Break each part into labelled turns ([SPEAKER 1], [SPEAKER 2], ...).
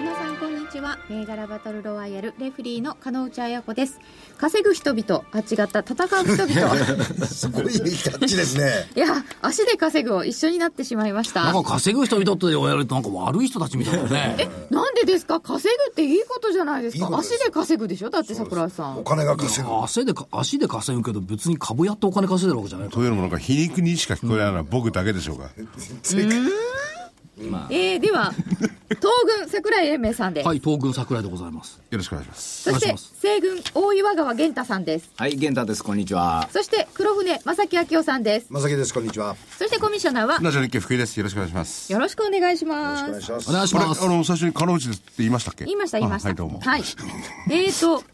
[SPEAKER 1] 皆さんこんにちは銘柄バトルロワイヤルレフリーの金内彩子です稼ぐ人々あ違った戦う人 々
[SPEAKER 2] すごいキャッチですね。
[SPEAKER 1] いや足で稼ぐを一緒になってしまいまし
[SPEAKER 3] なん
[SPEAKER 1] た
[SPEAKER 3] か稼ぐ人々って言われるとなんか悪い人たちみたいな ね。
[SPEAKER 1] なんでですか稼ぐっていいことじゃないですか
[SPEAKER 2] いいことです
[SPEAKER 1] 足で稼ぐでしょだって桜井さ
[SPEAKER 2] お
[SPEAKER 1] ん
[SPEAKER 2] 金が稼ぐ。
[SPEAKER 3] 汗でか、足で稼ぐけど別に株やってお金稼いでるわけじゃない
[SPEAKER 4] というのもなんか皮肉にしか聞こえないのは僕だけでしょうか。
[SPEAKER 1] えー、では東軍桜井英明さんで、
[SPEAKER 3] はい、東軍桜井でございます。
[SPEAKER 4] よろしくお願いします。
[SPEAKER 1] そし
[SPEAKER 3] お願
[SPEAKER 1] て
[SPEAKER 3] いします
[SPEAKER 1] 西軍大岩川源太さんです
[SPEAKER 5] はい、玄太です。こんにちは。
[SPEAKER 1] そして黒船正木明夫さんです
[SPEAKER 2] まさきです、こんにちは。
[SPEAKER 1] そしてコミッショナーは
[SPEAKER 4] ラジオ日経福井です。よろしくお願いします。
[SPEAKER 1] よろしくお願いし
[SPEAKER 2] お
[SPEAKER 1] ま
[SPEAKER 2] 願
[SPEAKER 1] す
[SPEAKER 2] いしま
[SPEAKER 3] お
[SPEAKER 2] す。
[SPEAKER 3] 願いし
[SPEAKER 4] あれ、
[SPEAKER 3] ます
[SPEAKER 4] あ。の、最初に金内ですって言いましたっけ
[SPEAKER 1] 言いました言いました
[SPEAKER 4] あはい、どうも。
[SPEAKER 1] はいえーと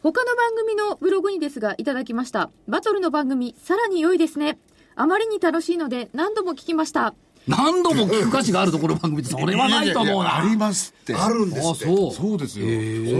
[SPEAKER 1] 他の番組のブログにですがいただきましたバトルの番組さらに良いですねあまりに楽しいので何度も聞きました
[SPEAKER 3] 何度も聞く価値があるところの番組ってそれはないと思うな。
[SPEAKER 4] ややありますって。
[SPEAKER 2] あるんです
[SPEAKER 3] あ、
[SPEAKER 2] って。
[SPEAKER 3] そう。
[SPEAKER 4] そうですよ。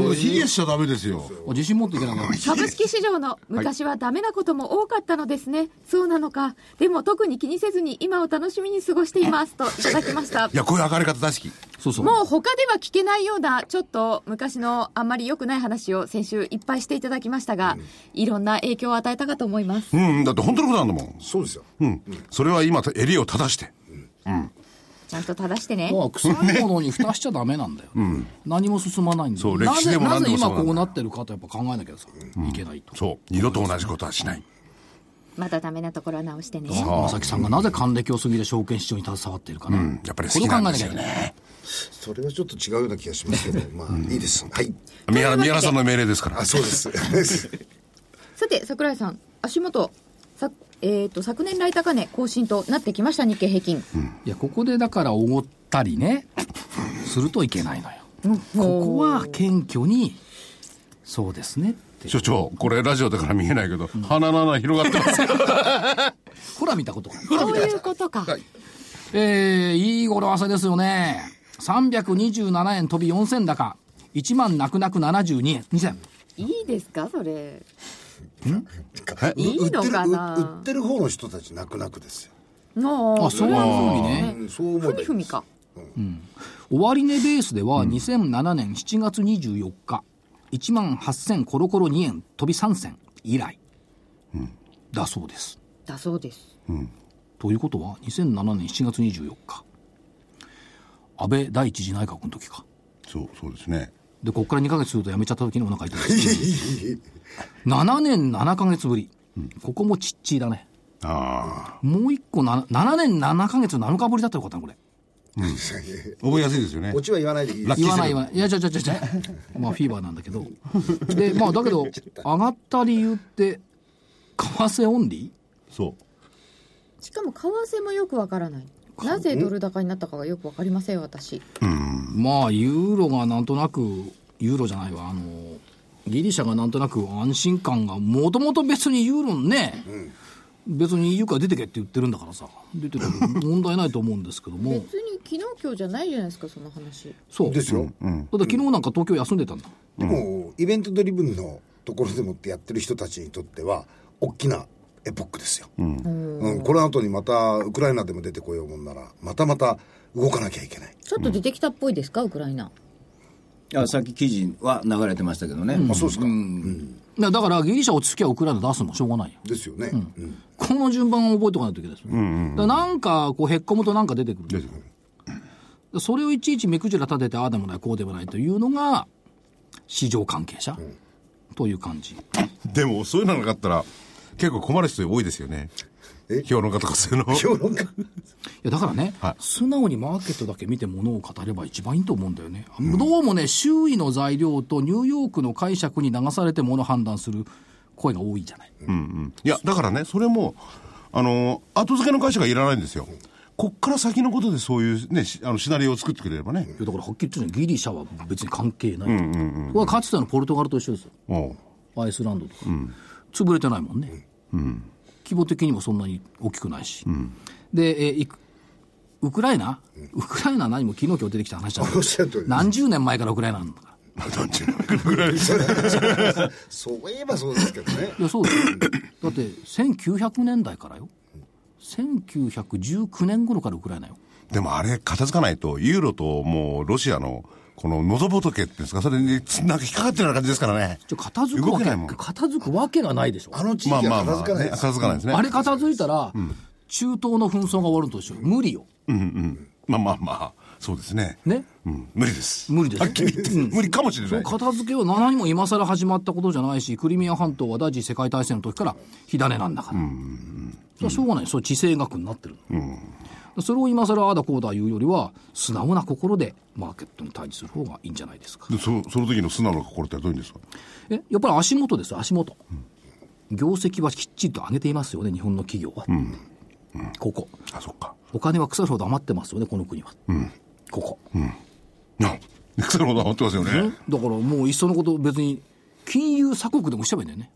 [SPEAKER 4] そう卑下しちゃダメですよ。
[SPEAKER 3] 自信持っていけない から。
[SPEAKER 1] 株式市場の昔はダメなことも多かったのですね、そうなのかでも特に気にせずに今を楽しみに過ごしていますといただきました
[SPEAKER 4] いや、こういう明るい方大好き。
[SPEAKER 3] そうそう。
[SPEAKER 1] もう他では聞けないようなちょっと昔のあんまり良くない話を先週いっぱいしていただきましたが、いろんな影響を与えたかと思います
[SPEAKER 4] うん、だって本当のことなんだもん。
[SPEAKER 2] そうですよ。
[SPEAKER 4] うん。それは今、襟を正して。
[SPEAKER 1] ちゃんと正してね
[SPEAKER 3] まあ、臭いものに蓋しちゃダメなんだよ。何も進まないんだよ。
[SPEAKER 4] そう歴史でも
[SPEAKER 3] なぜ
[SPEAKER 4] 何でも
[SPEAKER 3] な
[SPEAKER 4] そ
[SPEAKER 3] ぜ
[SPEAKER 4] うなんだ
[SPEAKER 3] 今こうなってるかとやっぱ考えなきゃさ、いけないと。
[SPEAKER 4] そう。二度と同じことはしない。
[SPEAKER 1] またダメなところは直してね
[SPEAKER 3] まさきさんがなぜ還暦を過ぎて証券市場に携わっているかな。
[SPEAKER 4] やっぱり好きなん
[SPEAKER 3] これを考え
[SPEAKER 4] ですよ
[SPEAKER 3] なきゃいけない
[SPEAKER 4] ね。
[SPEAKER 2] それはちょっと違うような気がしますけど、まあ、いいです。はい。
[SPEAKER 4] 宮原、宮原さんの命令ですから
[SPEAKER 2] あ、。そうです。
[SPEAKER 1] さて桜井さん足元さえー、と昨年来高値更新となってきました日経平均、
[SPEAKER 3] いや、ここでだからおごったりね、するといけないのよ。ここは謙虚に、そうですねって。
[SPEAKER 4] 所長、これラジオだから見えないけど、鼻の穴広がってますよ。
[SPEAKER 3] ほら見たことが
[SPEAKER 1] そういうことか、
[SPEAKER 3] えー、いい語呂合わせですよね。327円飛び4000高。1万なくなく72円。2000。
[SPEAKER 1] いいですかそれ
[SPEAKER 4] え
[SPEAKER 1] いいのかな
[SPEAKER 2] 売ってる売ってる方の人たち泣く泣くですよ。
[SPEAKER 1] の
[SPEAKER 3] あ、そういうふうにね。
[SPEAKER 2] うんそう思
[SPEAKER 1] ふ
[SPEAKER 2] えば
[SPEAKER 1] み
[SPEAKER 2] いい
[SPEAKER 1] ふみか
[SPEAKER 3] 終値ベースでは2007年7月24日、1万8000コロコロ2円飛び3銭以来。だそうです。
[SPEAKER 1] だそうです
[SPEAKER 3] ということは2007年7月24日安倍第一次内閣の時か
[SPEAKER 4] そう、そうですね。
[SPEAKER 3] でここから2ヶ月すると辞めちゃった時にお腹痛い7年7ヶ月ぶり、ここもちっちいだね
[SPEAKER 4] ああ。
[SPEAKER 3] もう1個 7, 7年7ヶ月7日ぶりだったらよかったなこれ
[SPEAKER 4] 覚えやすいですよね
[SPEAKER 2] オ。チは言わないでいいです
[SPEAKER 4] ラッキー
[SPEAKER 3] 言わない言わないいやちゃちゃちゃちゃまあフィーバーなんだけどでまあだけ ど上がった理由って為替オンリ
[SPEAKER 4] そう。
[SPEAKER 1] しかも為替もよくわからないなぜドル高になったかがよくわかりません私
[SPEAKER 3] ーまあユーロがなんとなくユーロじゃないわあのギリシャがなんとなく安心感がもともと別にユーロのね、別に EU から出てけって言ってるんだからさ出てるから問題ないと思うんですけども
[SPEAKER 1] 別に昨日今日じゃないじゃないですかその話
[SPEAKER 3] そうだ
[SPEAKER 2] で
[SPEAKER 3] って
[SPEAKER 2] すよ。
[SPEAKER 3] 昨日なんか東京休んでたんだ
[SPEAKER 2] でも、イベントドリブンのところでもってやってる人たちにとっては、大きなエポックですよ。うん、この後にまた、ウクライナでも出てこようもんなら、またまた動かなきゃいけない。
[SPEAKER 1] ちょっと出てきたっぽいですか、ウクライナ
[SPEAKER 5] いや、さっき記事は流れてましたけどね。
[SPEAKER 2] あ、そうですか。
[SPEAKER 3] いやだからギリシャ落ち着きはウクライナ出すのしょうがないよ
[SPEAKER 2] ですよね。うん
[SPEAKER 3] この順番を覚えておかないといけないですよ、だからなんかこうへっこむとなんか出てくるそれをいちいち目くじら立ててああでもないこうでもないというのが市場関係者、という感じ
[SPEAKER 4] でも、そういうのなかったら、結構困る人多いですよね。
[SPEAKER 2] え
[SPEAKER 4] 評論家とかそういうの。
[SPEAKER 2] 評論家
[SPEAKER 3] いやだからね、
[SPEAKER 4] はい
[SPEAKER 3] 素直にマーケットだけ見て物を語れば一番いいと思うんだよね、どうもね周囲の材料とニューヨークの解釈に流されて物を判断する声が多いじゃない、
[SPEAKER 4] いや、だからね、それも、あの、後付けの会社がいらないんですよ。こっから先のことでそういうね、しあのシナリオを作ってくれればね。
[SPEAKER 3] いやだからはっきり言ってるじゃんギリシャは別に関係ない、これはかつてのポルトガルと一緒ですよ
[SPEAKER 4] おう
[SPEAKER 3] アイスランドとか、潰れてないもんね、規模的にもそんなに大きくないし、で、えーいくウクライナ、ウクライナは何も昨日今日出てきた話だけど
[SPEAKER 2] おっしゃる通りです
[SPEAKER 3] 何十年前からウクライナなんだから
[SPEAKER 4] 何十年ぐらい
[SPEAKER 2] そういえばそうですけどね
[SPEAKER 3] いやそうですよだって1900年代からよ1919年頃からウクライナよ
[SPEAKER 4] でもあれ、片付かないと、ユーロともうロシアの、この喉仏っていうんですか、それにつなんか引っかかってるような感じですからね。
[SPEAKER 3] じゃあ片付く
[SPEAKER 4] 動
[SPEAKER 3] わ
[SPEAKER 4] けないも
[SPEAKER 3] け
[SPEAKER 4] ん
[SPEAKER 3] 片付くわけがないでしょ
[SPEAKER 2] あの地域は片付かないで
[SPEAKER 4] ね片
[SPEAKER 2] す、
[SPEAKER 4] 付かないですね。
[SPEAKER 3] あれ片付いたら、中東の紛争が終わるとしよう無理よ
[SPEAKER 4] まあまあまあ、そうですね。
[SPEAKER 3] ね
[SPEAKER 4] うん、無理です。
[SPEAKER 3] 無理です
[SPEAKER 4] はっきり言って、無理かもしれない。
[SPEAKER 3] 片付けは何も今更始まったことじゃないしクリミア半島は第一次世界大戦の時から火種なんだから、それはしょうがないそう地政学になってる、それを今更ああだこうだ言うよりは素直な心でマーケットに対峙する方がいいんじゃないですか
[SPEAKER 4] でそその時の素直な心ってどういうんですか
[SPEAKER 3] えやっぱり足元ですよ足元、業績はきっちりと上げていますよね日本の企業は、ここ
[SPEAKER 4] あ、そっか。
[SPEAKER 3] お金は腐るほど余ってますよねこの国は、ここ、
[SPEAKER 4] あ、腐るほど余ってますよね
[SPEAKER 3] ね。だからもういっそのこと別に金融鎖国でもしちゃえばいいんだよね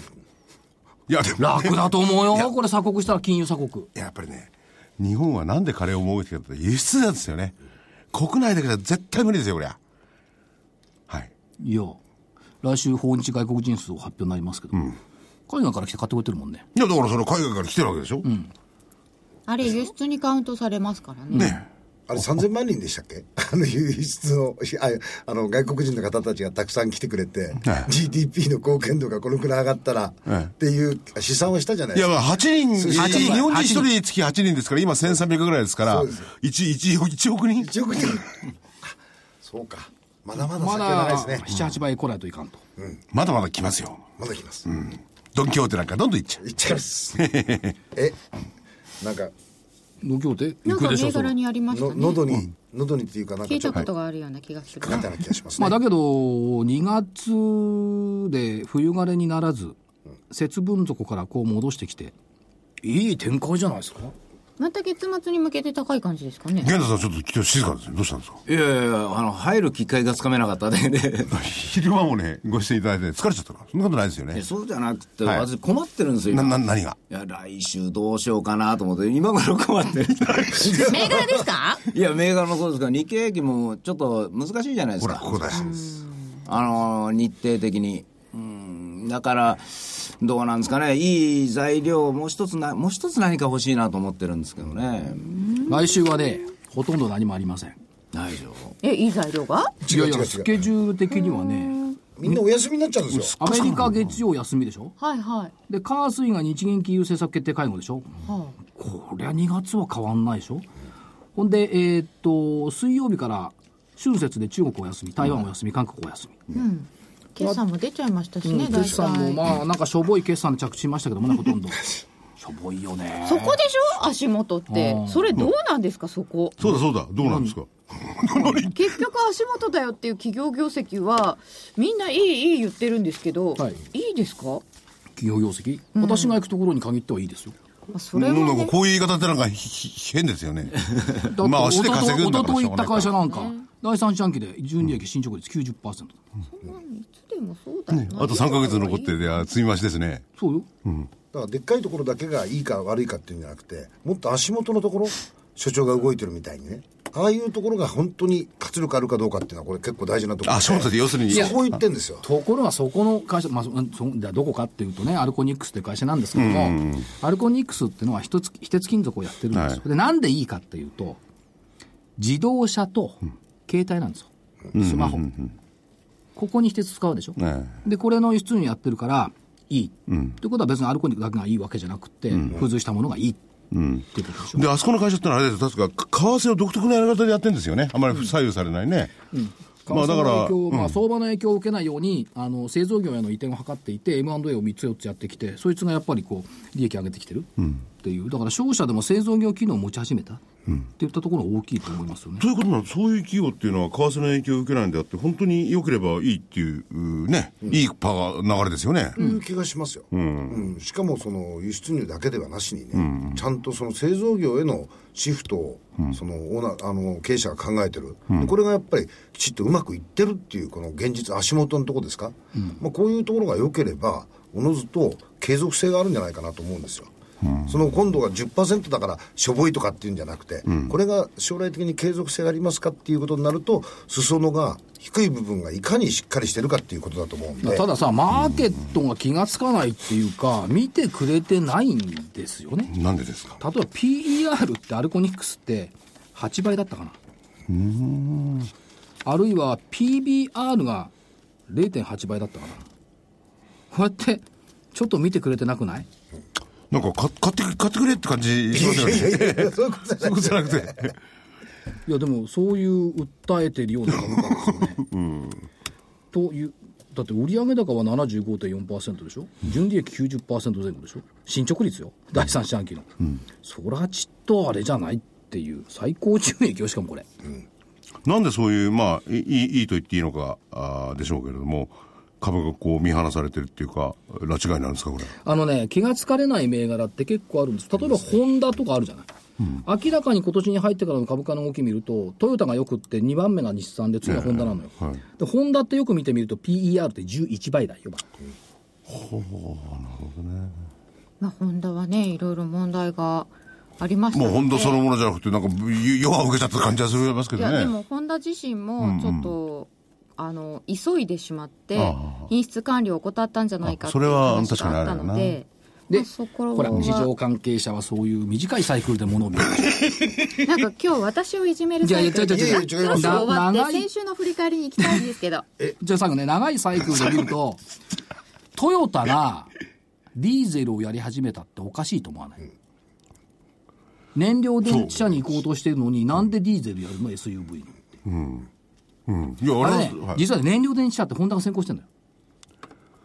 [SPEAKER 4] いや、でも、
[SPEAKER 3] 楽だと思うよこれ鎖国したら金融鎖国
[SPEAKER 4] やっぱりね、日本はなんでカレーを儲けてきたかって輸出なんですよね。国内だけじゃ絶対無理ですよ、こりゃ。はい。
[SPEAKER 3] いや来週訪日外国人数発表になりますけど、海外から来て買ってくれてるもんね
[SPEAKER 4] いや、だからその海外から来てるわけでしょ、
[SPEAKER 6] あれ輸出にカウントされますからね
[SPEAKER 4] ね
[SPEAKER 2] あれ3000万人でしたっけ あの輸出のああの外国人の方たちがたくさん来てくれて、
[SPEAKER 4] ええ
[SPEAKER 2] GDP の貢献度がこのくらい上がったら、
[SPEAKER 4] ええ
[SPEAKER 2] っていう試算をしたじゃない
[SPEAKER 4] い
[SPEAKER 2] で
[SPEAKER 4] や、
[SPEAKER 2] すか
[SPEAKER 4] まあ、8人、
[SPEAKER 2] そう
[SPEAKER 4] 日
[SPEAKER 2] そう
[SPEAKER 4] 本人1人につき8人ですから、今1300ぐらいですから、1、一一億人
[SPEAKER 2] 1億人あそうかまだまだ
[SPEAKER 3] ま
[SPEAKER 2] 先は
[SPEAKER 3] だ
[SPEAKER 2] 長いですね
[SPEAKER 3] 78倍来ないといかんと、
[SPEAKER 4] まだまだ来ますよ。
[SPEAKER 2] まだ来ます、
[SPEAKER 4] ドンキホーテなんかどんどん行っちゃう。
[SPEAKER 2] いっちゃいますえなんか
[SPEAKER 3] 農業で
[SPEAKER 6] な
[SPEAKER 3] 行
[SPEAKER 6] ん
[SPEAKER 3] く
[SPEAKER 6] か
[SPEAKER 3] でしょ
[SPEAKER 6] 銘
[SPEAKER 3] それ
[SPEAKER 6] 柄にありました
[SPEAKER 2] の
[SPEAKER 6] ね
[SPEAKER 2] 喉に、喉にっていうかなん
[SPEAKER 6] 聞
[SPEAKER 2] か
[SPEAKER 6] い
[SPEAKER 2] ちょ
[SPEAKER 6] た
[SPEAKER 2] っと
[SPEAKER 6] ことがあるような気がする
[SPEAKER 2] かかったような気がします
[SPEAKER 3] ま
[SPEAKER 2] ね、
[SPEAKER 3] あ、だけど、2月で冬枯れにならず、節分底からこう戻してきて、いい展開じゃないですか。
[SPEAKER 6] また月末に向けて高い感じですかね
[SPEAKER 4] 玄太さんちょっと今日静かですね。どうしたんですか
[SPEAKER 5] いやいやいや、あの、入る機会がつかめなかったね。で
[SPEAKER 4] 昼間もね、ご出演いただいて疲れちゃったから。そんなことないですよ
[SPEAKER 5] い
[SPEAKER 4] ね
[SPEAKER 5] や。そうじゃなくて、
[SPEAKER 4] はい
[SPEAKER 5] 私困ってるんですよ。
[SPEAKER 4] な、
[SPEAKER 5] 今
[SPEAKER 4] な、何が
[SPEAKER 5] いや、来週どうしようかなと思って、今頃困 ってる。
[SPEAKER 6] 銘柄ですか
[SPEAKER 5] いや、銘柄もそうですが、日経平均もちょっと難しいじゃないです
[SPEAKER 4] ほら、
[SPEAKER 5] か。
[SPEAKER 4] ここだよ。
[SPEAKER 5] あの、日程的に。うん、だから、どうなんですかね。いい材料をもう一つな、もう一つ何か欲しいなと思ってるんですけどね。
[SPEAKER 3] 来週はね、ほとんど何もありません。
[SPEAKER 5] ないでしょ
[SPEAKER 6] えいい材料が
[SPEAKER 3] いやい
[SPEAKER 2] 違う違
[SPEAKER 3] や、
[SPEAKER 2] う
[SPEAKER 3] スケジュール的にはね、
[SPEAKER 2] みんなお休みになっちゃうんですよ
[SPEAKER 3] アメリカ月曜休みでしょ
[SPEAKER 6] はいはい
[SPEAKER 3] で、カースイが日銀金融政策決定会合でしょ
[SPEAKER 6] は
[SPEAKER 3] こりゃ2月は変わんないでしょほんで、えーっと、水曜日から春節で中国お休み、台湾お休み、韓国お休み。
[SPEAKER 6] あ決算も出ちゃいましたしね、大
[SPEAKER 3] 決算も
[SPEAKER 6] 体
[SPEAKER 3] まあなんかしょぼい決算で着地しましたけどもねほとんどしょぼいよね
[SPEAKER 6] そこでしょ足元ってそれどうなんですかそこ
[SPEAKER 4] そうだそうだ。どうなんですか
[SPEAKER 6] 結局足元だよっていう企業業績はみんないいいい言ってるんですけど、
[SPEAKER 3] はい
[SPEAKER 6] い、いですか、
[SPEAKER 3] 企業業績、私が行くところに限ってはいいですよ
[SPEAKER 6] まあ、それ
[SPEAKER 4] な
[SPEAKER 6] は、
[SPEAKER 4] んか
[SPEAKER 6] ね、
[SPEAKER 4] こういう言い方ってなんかひひ変ですよね。
[SPEAKER 3] だって
[SPEAKER 4] まあ足で稼ぐんだ
[SPEAKER 3] お
[SPEAKER 4] から
[SPEAKER 3] とといおととい行った会社
[SPEAKER 4] しょうが
[SPEAKER 3] なんか、第三四半期で純利益進捗率90%、
[SPEAKER 6] いつでもそうだよな
[SPEAKER 4] あと3ヶ月残ってりゃ積み増しですね。
[SPEAKER 3] そうよ、
[SPEAKER 2] だからでっかいところだけがいいか悪いかっていうんじゃなくてもっと足元のところ所長が動いてるみたいにねああいうところが本当に活力あるかどうかっていうのはこれ結構大事なところ
[SPEAKER 4] あ、そうだって要するに。
[SPEAKER 2] そこを言ってんですよ
[SPEAKER 3] ところがそこの会社、まあ、そそじゃあどこかっていうとねアルコニックスっていう会社なんですけども、アルコニックスっていうのは一つ非鉄金属をやってるんですよ、
[SPEAKER 4] はい
[SPEAKER 3] でなんでいいかっていうと自動車と携帯なんですよ、スマホ、ここに非鉄使うでしょ、
[SPEAKER 4] え
[SPEAKER 3] でこれの輸出にやってるからいい、ってことは別にアルコニックだけがいいわけじゃなくて、付随したものがいいっていうことでしょ、
[SPEAKER 4] で、あそこの会社ってのはあれですよ確か、為替を独特なやり方でやってるんですよね。あまり左右されないね。まあだ
[SPEAKER 3] 為替の
[SPEAKER 4] から
[SPEAKER 3] 影、響まあ、相場の影響を受けないように、あの製造業への移転を図っていて、M&A を3つ、4つやってきて、そいつがやっぱりこう利益上げてきてるっていう、だから商社でも製造業機能を持ち始めた、っていったところが大きいと思いますよね
[SPEAKER 4] と。いうことなのそういう企業っていうのは、為替の影響を受けないんであって、本当に良ければいいっていう、うーね、いいパワー流れですよね。
[SPEAKER 2] いう気がしますよ、うんしかもその輸出入だけではなしにね、ちゃんとその製造業へのシフトを、そのオーナーあの経営者が考えてる、でこれがやっぱりきちっとうまくいってるっていう、この現実、足元のところですか、まあ、こういうところが良ければ、おのずと継続性があるんじゃないかなと思うんですよ。その今度が10%だからしょぼいとかっていうんじゃなくて、これが将来的に継続性がありますかっていうことになると、裾野が低い部分がいかにしっかりしてるかっていうことだと思うんで、
[SPEAKER 3] たださ、マーケットが気がつかないっていうか、見てくれてないんですよね。
[SPEAKER 4] なんでですか
[SPEAKER 3] 例えば PER ってアルコニックスって8倍だったかなあるいは PBR が0.8倍だったかなこうやってちょっと見てくれてなくない
[SPEAKER 4] なんかか買って、買ってくれって感じしますよね。
[SPEAKER 2] そういうことじゃない
[SPEAKER 4] そういうことじゃなくて。
[SPEAKER 3] いやでもそういう訴えてるような株価ですよね、というだって売上高は75.4%でしょ純利益90%前後でしょ進捗率よ第三四半期の、そりゃちっとあれじゃないっていう最高純益よしかもこれ、
[SPEAKER 4] なんでそういう、まあ、いいいいと言っていいのかあーでしょうけれども、株がこう見放されてるっていうか、拉致外なんですか、これ。
[SPEAKER 3] あのね、気がつかれない銘柄って結構あるんです。例えば、ホンダとかあるじゃない。明らかに今年に入ってからの株価の動き見ると、トヨタがよくって2番目が日産で、次がホンダなのよ。
[SPEAKER 4] はい
[SPEAKER 3] で、ホンダってよく見てみると、PER って11倍だよ、ば
[SPEAKER 6] まあ、ホンダはね、いろいろ問題がありました
[SPEAKER 4] も
[SPEAKER 6] の
[SPEAKER 4] う
[SPEAKER 6] で
[SPEAKER 4] 本当そのものじゃなくて、なんか、ゆ世は受けちゃった感じはするますけ
[SPEAKER 6] い
[SPEAKER 4] ど
[SPEAKER 6] や、で
[SPEAKER 4] ね。
[SPEAKER 6] も、ホンダ自身も、ちょっと、あの、急いでしまって
[SPEAKER 4] あ、
[SPEAKER 6] 品質管理を怠ったんじゃないか
[SPEAKER 4] あ
[SPEAKER 6] っていう
[SPEAKER 4] それは
[SPEAKER 6] 話があったの
[SPEAKER 4] 確かにあるよ
[SPEAKER 6] で、
[SPEAKER 3] で
[SPEAKER 6] まあそこら
[SPEAKER 3] ほら、市場
[SPEAKER 6] は、
[SPEAKER 3] 関係者はそういう短いサイクルで物を見る。
[SPEAKER 6] なんか今日私をいじめる
[SPEAKER 3] じゃあ
[SPEAKER 6] サイクルで
[SPEAKER 3] いや
[SPEAKER 2] いや違う違う違う
[SPEAKER 6] そろそろ終わっ
[SPEAKER 3] 長
[SPEAKER 6] て、
[SPEAKER 3] い
[SPEAKER 6] 先週の振り返りに行きたいんですけ ど、
[SPEAKER 3] じゃあ最後ね、長いサイクルで見る と、トヨタがディーゼルをやり始めたっておかしいと思わない。燃料電池車に行こうとしてるのに、なんでディーゼルやるの ?SUV の。
[SPEAKER 4] うんいや、あ
[SPEAKER 3] あ
[SPEAKER 4] れ
[SPEAKER 3] れ
[SPEAKER 4] は、
[SPEAKER 3] ね、
[SPEAKER 4] はい、
[SPEAKER 3] 実は燃料電池車ってホンダが先行してんだよ。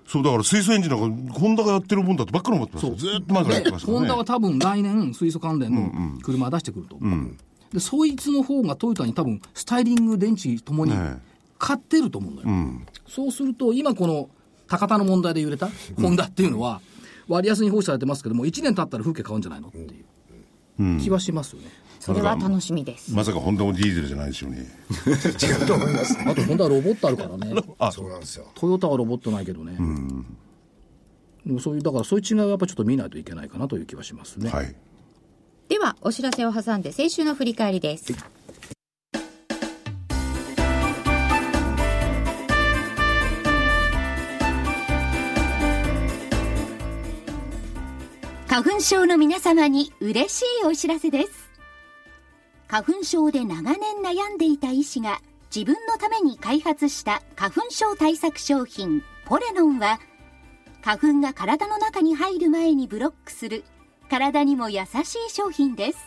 [SPEAKER 4] そう、だから水素エンジンなんか、ホンダがやってるもんだとばっかり思ってますよ。ずーっと前からやって
[SPEAKER 3] で、
[SPEAKER 4] ますから
[SPEAKER 3] ホ
[SPEAKER 4] ね。
[SPEAKER 3] ンダは多分来年、水素関連の車出してくると。で、そいつの方がトヨタに多分、スタイリング、電池ともに
[SPEAKER 4] ね
[SPEAKER 3] 買ってると思うんだよ。
[SPEAKER 4] うん。
[SPEAKER 3] そうすると、今この高田の問題で揺れたホンダっていうのは、割安に放置されてますけども、1年経ったら風景変わるんじゃないのっていう気はしますよね。
[SPEAKER 6] それは楽しみです。
[SPEAKER 4] まさかホンダもディーゼルじゃないでしょうね。
[SPEAKER 2] 違うと思いますね。
[SPEAKER 3] あと、ホンダはロボットあるからね。
[SPEAKER 2] そうなんですよ。
[SPEAKER 3] トヨタはロボットないけどね。でもそういう、だからそういう違いはやっぱちょっと見ないといけないかなという気はしますね。
[SPEAKER 4] はい。
[SPEAKER 6] では、お知らせを挟んで、先週の振り返りです。
[SPEAKER 7] 花粉症の皆様に嬉しいお知らせです。花粉症で長年悩んでいた医師が自分のために開発した花粉症対策商品ポレノンは花粉が体の中に入る前にブロックする体にも優しい商品です。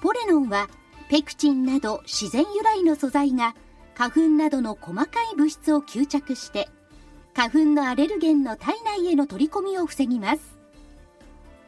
[SPEAKER 7] ポレノンはペクチンなど自然由来の素材が花粉などの細かい物質を吸着して花粉のアレルゲンの体内への取り込みを防ぎます。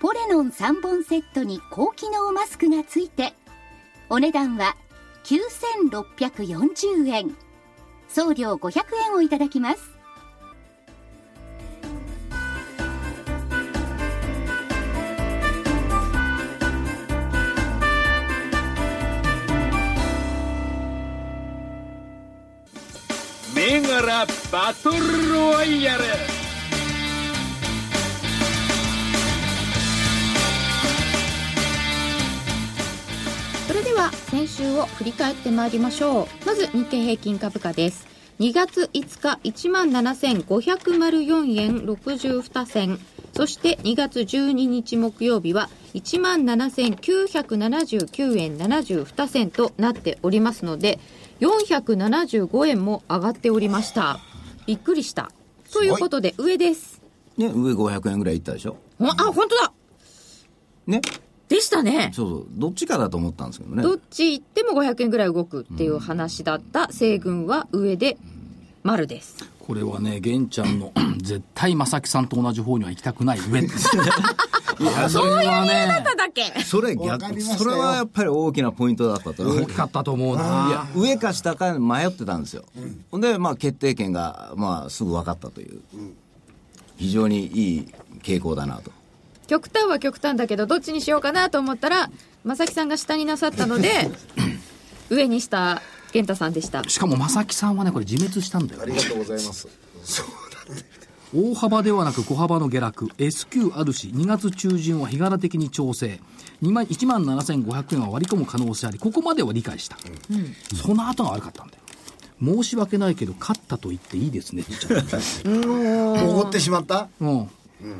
[SPEAKER 7] ポレノン3本セットに高機能マスクがついてお値段は9640円送料500円をいただきます
[SPEAKER 8] 銘柄バトルロワイヤル
[SPEAKER 6] それでは先週を振り返ってまいりましょうまず日経平均株価です2月5日1万7504円62銭
[SPEAKER 1] そして2月12日木曜日は17,979円72銭となっておりますので、475円も上がっておりました。びっくりした。ということで、上です。
[SPEAKER 5] ね、上500円ぐらいいったでしょ
[SPEAKER 1] ほんあ、本当だ
[SPEAKER 5] ね。
[SPEAKER 1] でしたね。
[SPEAKER 5] そうそう。どっちかだと思ったんですけどね。
[SPEAKER 1] どっち行っても500円ぐらい動くっていう話だった西軍は上で丸です。
[SPEAKER 3] これはね、玄ちゃんの 絶対正木さんと同じ方には行きたくない 上です。いや、それはね、
[SPEAKER 1] ただけ
[SPEAKER 5] それ
[SPEAKER 2] わかりま
[SPEAKER 5] 逆、
[SPEAKER 2] したよ
[SPEAKER 5] それはやっぱり大きなポイントだったと思う
[SPEAKER 3] 大きかったと思うな。
[SPEAKER 5] いや上か下か迷ってたんですよ、ほんで、まあ、決定権が、まあ、すぐ分かったという、非常にいい傾向だなと
[SPEAKER 1] 極端は極端だけどどっちにしようかなと思ったら正木さんが下になさったので 上にした健太さんでした
[SPEAKER 3] しかも正木さんはね、これ自滅したんだよ、ね。
[SPEAKER 2] りがとうございます。
[SPEAKER 3] 大幅ではなく小幅の下落 S q あるし2月中旬は日柄的に調整2万1万7500円は割り込む可能性ありここまでは理解した、その後が悪かったんだよ申し訳ないけど勝ったと言っていいですねって言っ ちゃっ
[SPEAKER 2] おごってしまっ
[SPEAKER 3] た
[SPEAKER 2] た
[SPEAKER 3] うん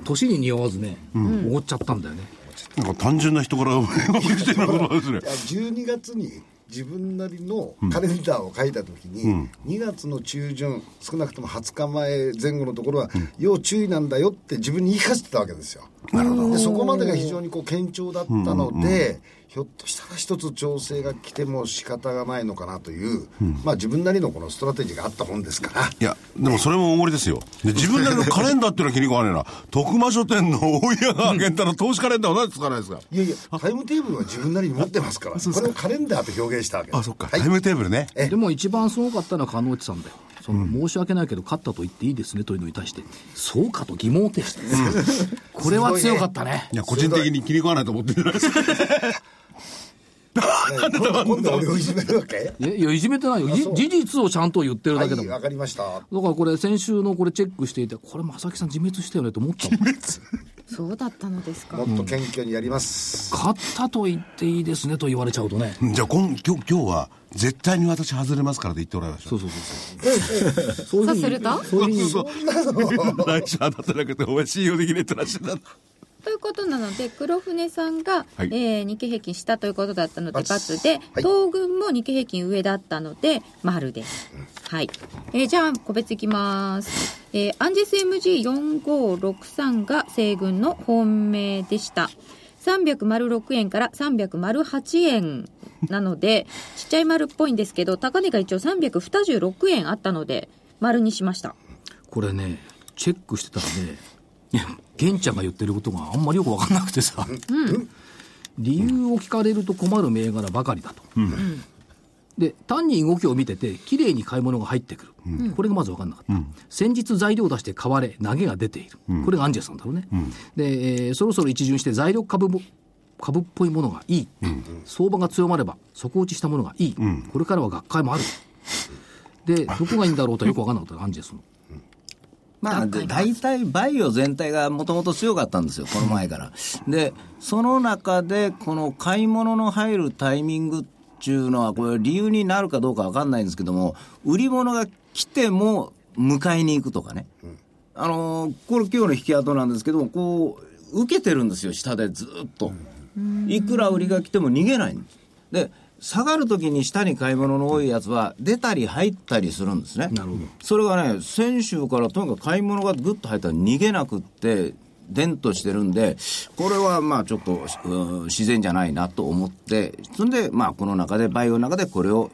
[SPEAKER 3] 年に似合わずね、おごっちゃったんだよね
[SPEAKER 4] なんか単純な人からしてることですね
[SPEAKER 2] いや12月に自分なりのカレンダーを書いた時に、2月の中旬少なくとも20日前前後のところは、要注意なんだよって自分に言い聞かせてたわけですよでそこまでが非常にこう堅調だったので、ひょっとしたら一つ調整が来ても仕方がないのかなという、まあ自分なりのこのストラテジーがあったもんですから
[SPEAKER 4] いや、でもそれも大盛りですよ。で自分なりのカレンダーっていうのは気に食わねえな。徳間書店の大家川源太の投資カレンダーは何で使わないですか
[SPEAKER 2] いやいやタイムテーブルは自分なりに持ってますからこれをカレンダーと表現したわけです
[SPEAKER 4] あ、そっか。
[SPEAKER 2] は
[SPEAKER 4] タ
[SPEAKER 2] い
[SPEAKER 4] イムテーブルね。
[SPEAKER 3] でも一番すごかったのは加納内さんだよその申し訳ないけど勝ったと言っていいですねというのに対してそうかと疑問を呈して、これは強かったね
[SPEAKER 4] いや、個人的に気に食わないと思ってるじゃないですか。
[SPEAKER 2] 今度今度俺をいじめるわけ
[SPEAKER 3] いやいやいじめてないよじ事実をちゃんと言ってる
[SPEAKER 2] は
[SPEAKER 3] だ
[SPEAKER 2] い
[SPEAKER 3] けだもん、
[SPEAKER 2] わかりました
[SPEAKER 3] だからこれ先週のこれチェックしていてこれ正木さん自滅したよねと思ったもん
[SPEAKER 1] そうだったのですか
[SPEAKER 2] もっと謙虚にやります、
[SPEAKER 3] 買ったと言っていいですねと言われちゃうとね
[SPEAKER 4] じゃあ今今日、今日は、絶対に私外れますからって言ってもらいましょ
[SPEAKER 3] そう
[SPEAKER 4] う。
[SPEAKER 3] そうそうそうそういう
[SPEAKER 1] さ
[SPEAKER 3] ふう
[SPEAKER 1] する
[SPEAKER 3] に
[SPEAKER 1] と
[SPEAKER 3] そういうふうに
[SPEAKER 4] 来週当たってなくて、お前信用できねえって話になった。
[SPEAKER 1] ということなので黒船さんが、
[SPEAKER 4] はい
[SPEAKER 1] えー日経平均下ということだったので
[SPEAKER 2] バツ
[SPEAKER 1] ×で、
[SPEAKER 2] はい
[SPEAKER 1] 東軍も日経平均上だったので丸です、はい、えーじゃあ個別いきます、えーアンジェス MG4563 が西軍の本命でした306円から308円なので ちっちゃい丸っぽいんですけど高値が一応326円あったので丸にしました
[SPEAKER 3] これねチェックしてたらねいや玄ちゃんが言ってることがあんまりよく分かんなくてさ、理由を聞かれると困る銘柄ばかりだと、で単に動きを見てて綺麗に買い物が入ってくる、これがまず分かんなかった、先日材料を出して買われ投げが出ている、これがアンジェスさんだろうね、で、えーそろそろ一巡して材料株も株っぽいものがいい、相場が強まれば底打ちしたものがいい、これからは学会もあるでどこがいいんだろうとはよく分かんなかったアンジェスの
[SPEAKER 5] まあ、で大体バイオ全体がもともと強かったんですよ、この前から。で、その中で、この買い物の入るタイミングっていうのは、これ、理由になるかどうかわかんないんですけども、売り物が来ても迎えに行くとかね。あのーこれ、今日の引き跡なんですけども、こう、受けてるんですよ、下でずっと。いくら売りが来ても逃げないんです。で下がるときに下に買い物の多いやつは出たり入ったりするんですね。
[SPEAKER 3] なるほど
[SPEAKER 5] それがね、先週からとにかく買い物がぐっと入ったら逃げなくって、でんとしてるんで、これはまあちょっと、うん自然じゃないなと思って、そんで、まあこの中で、バイオの中でこれを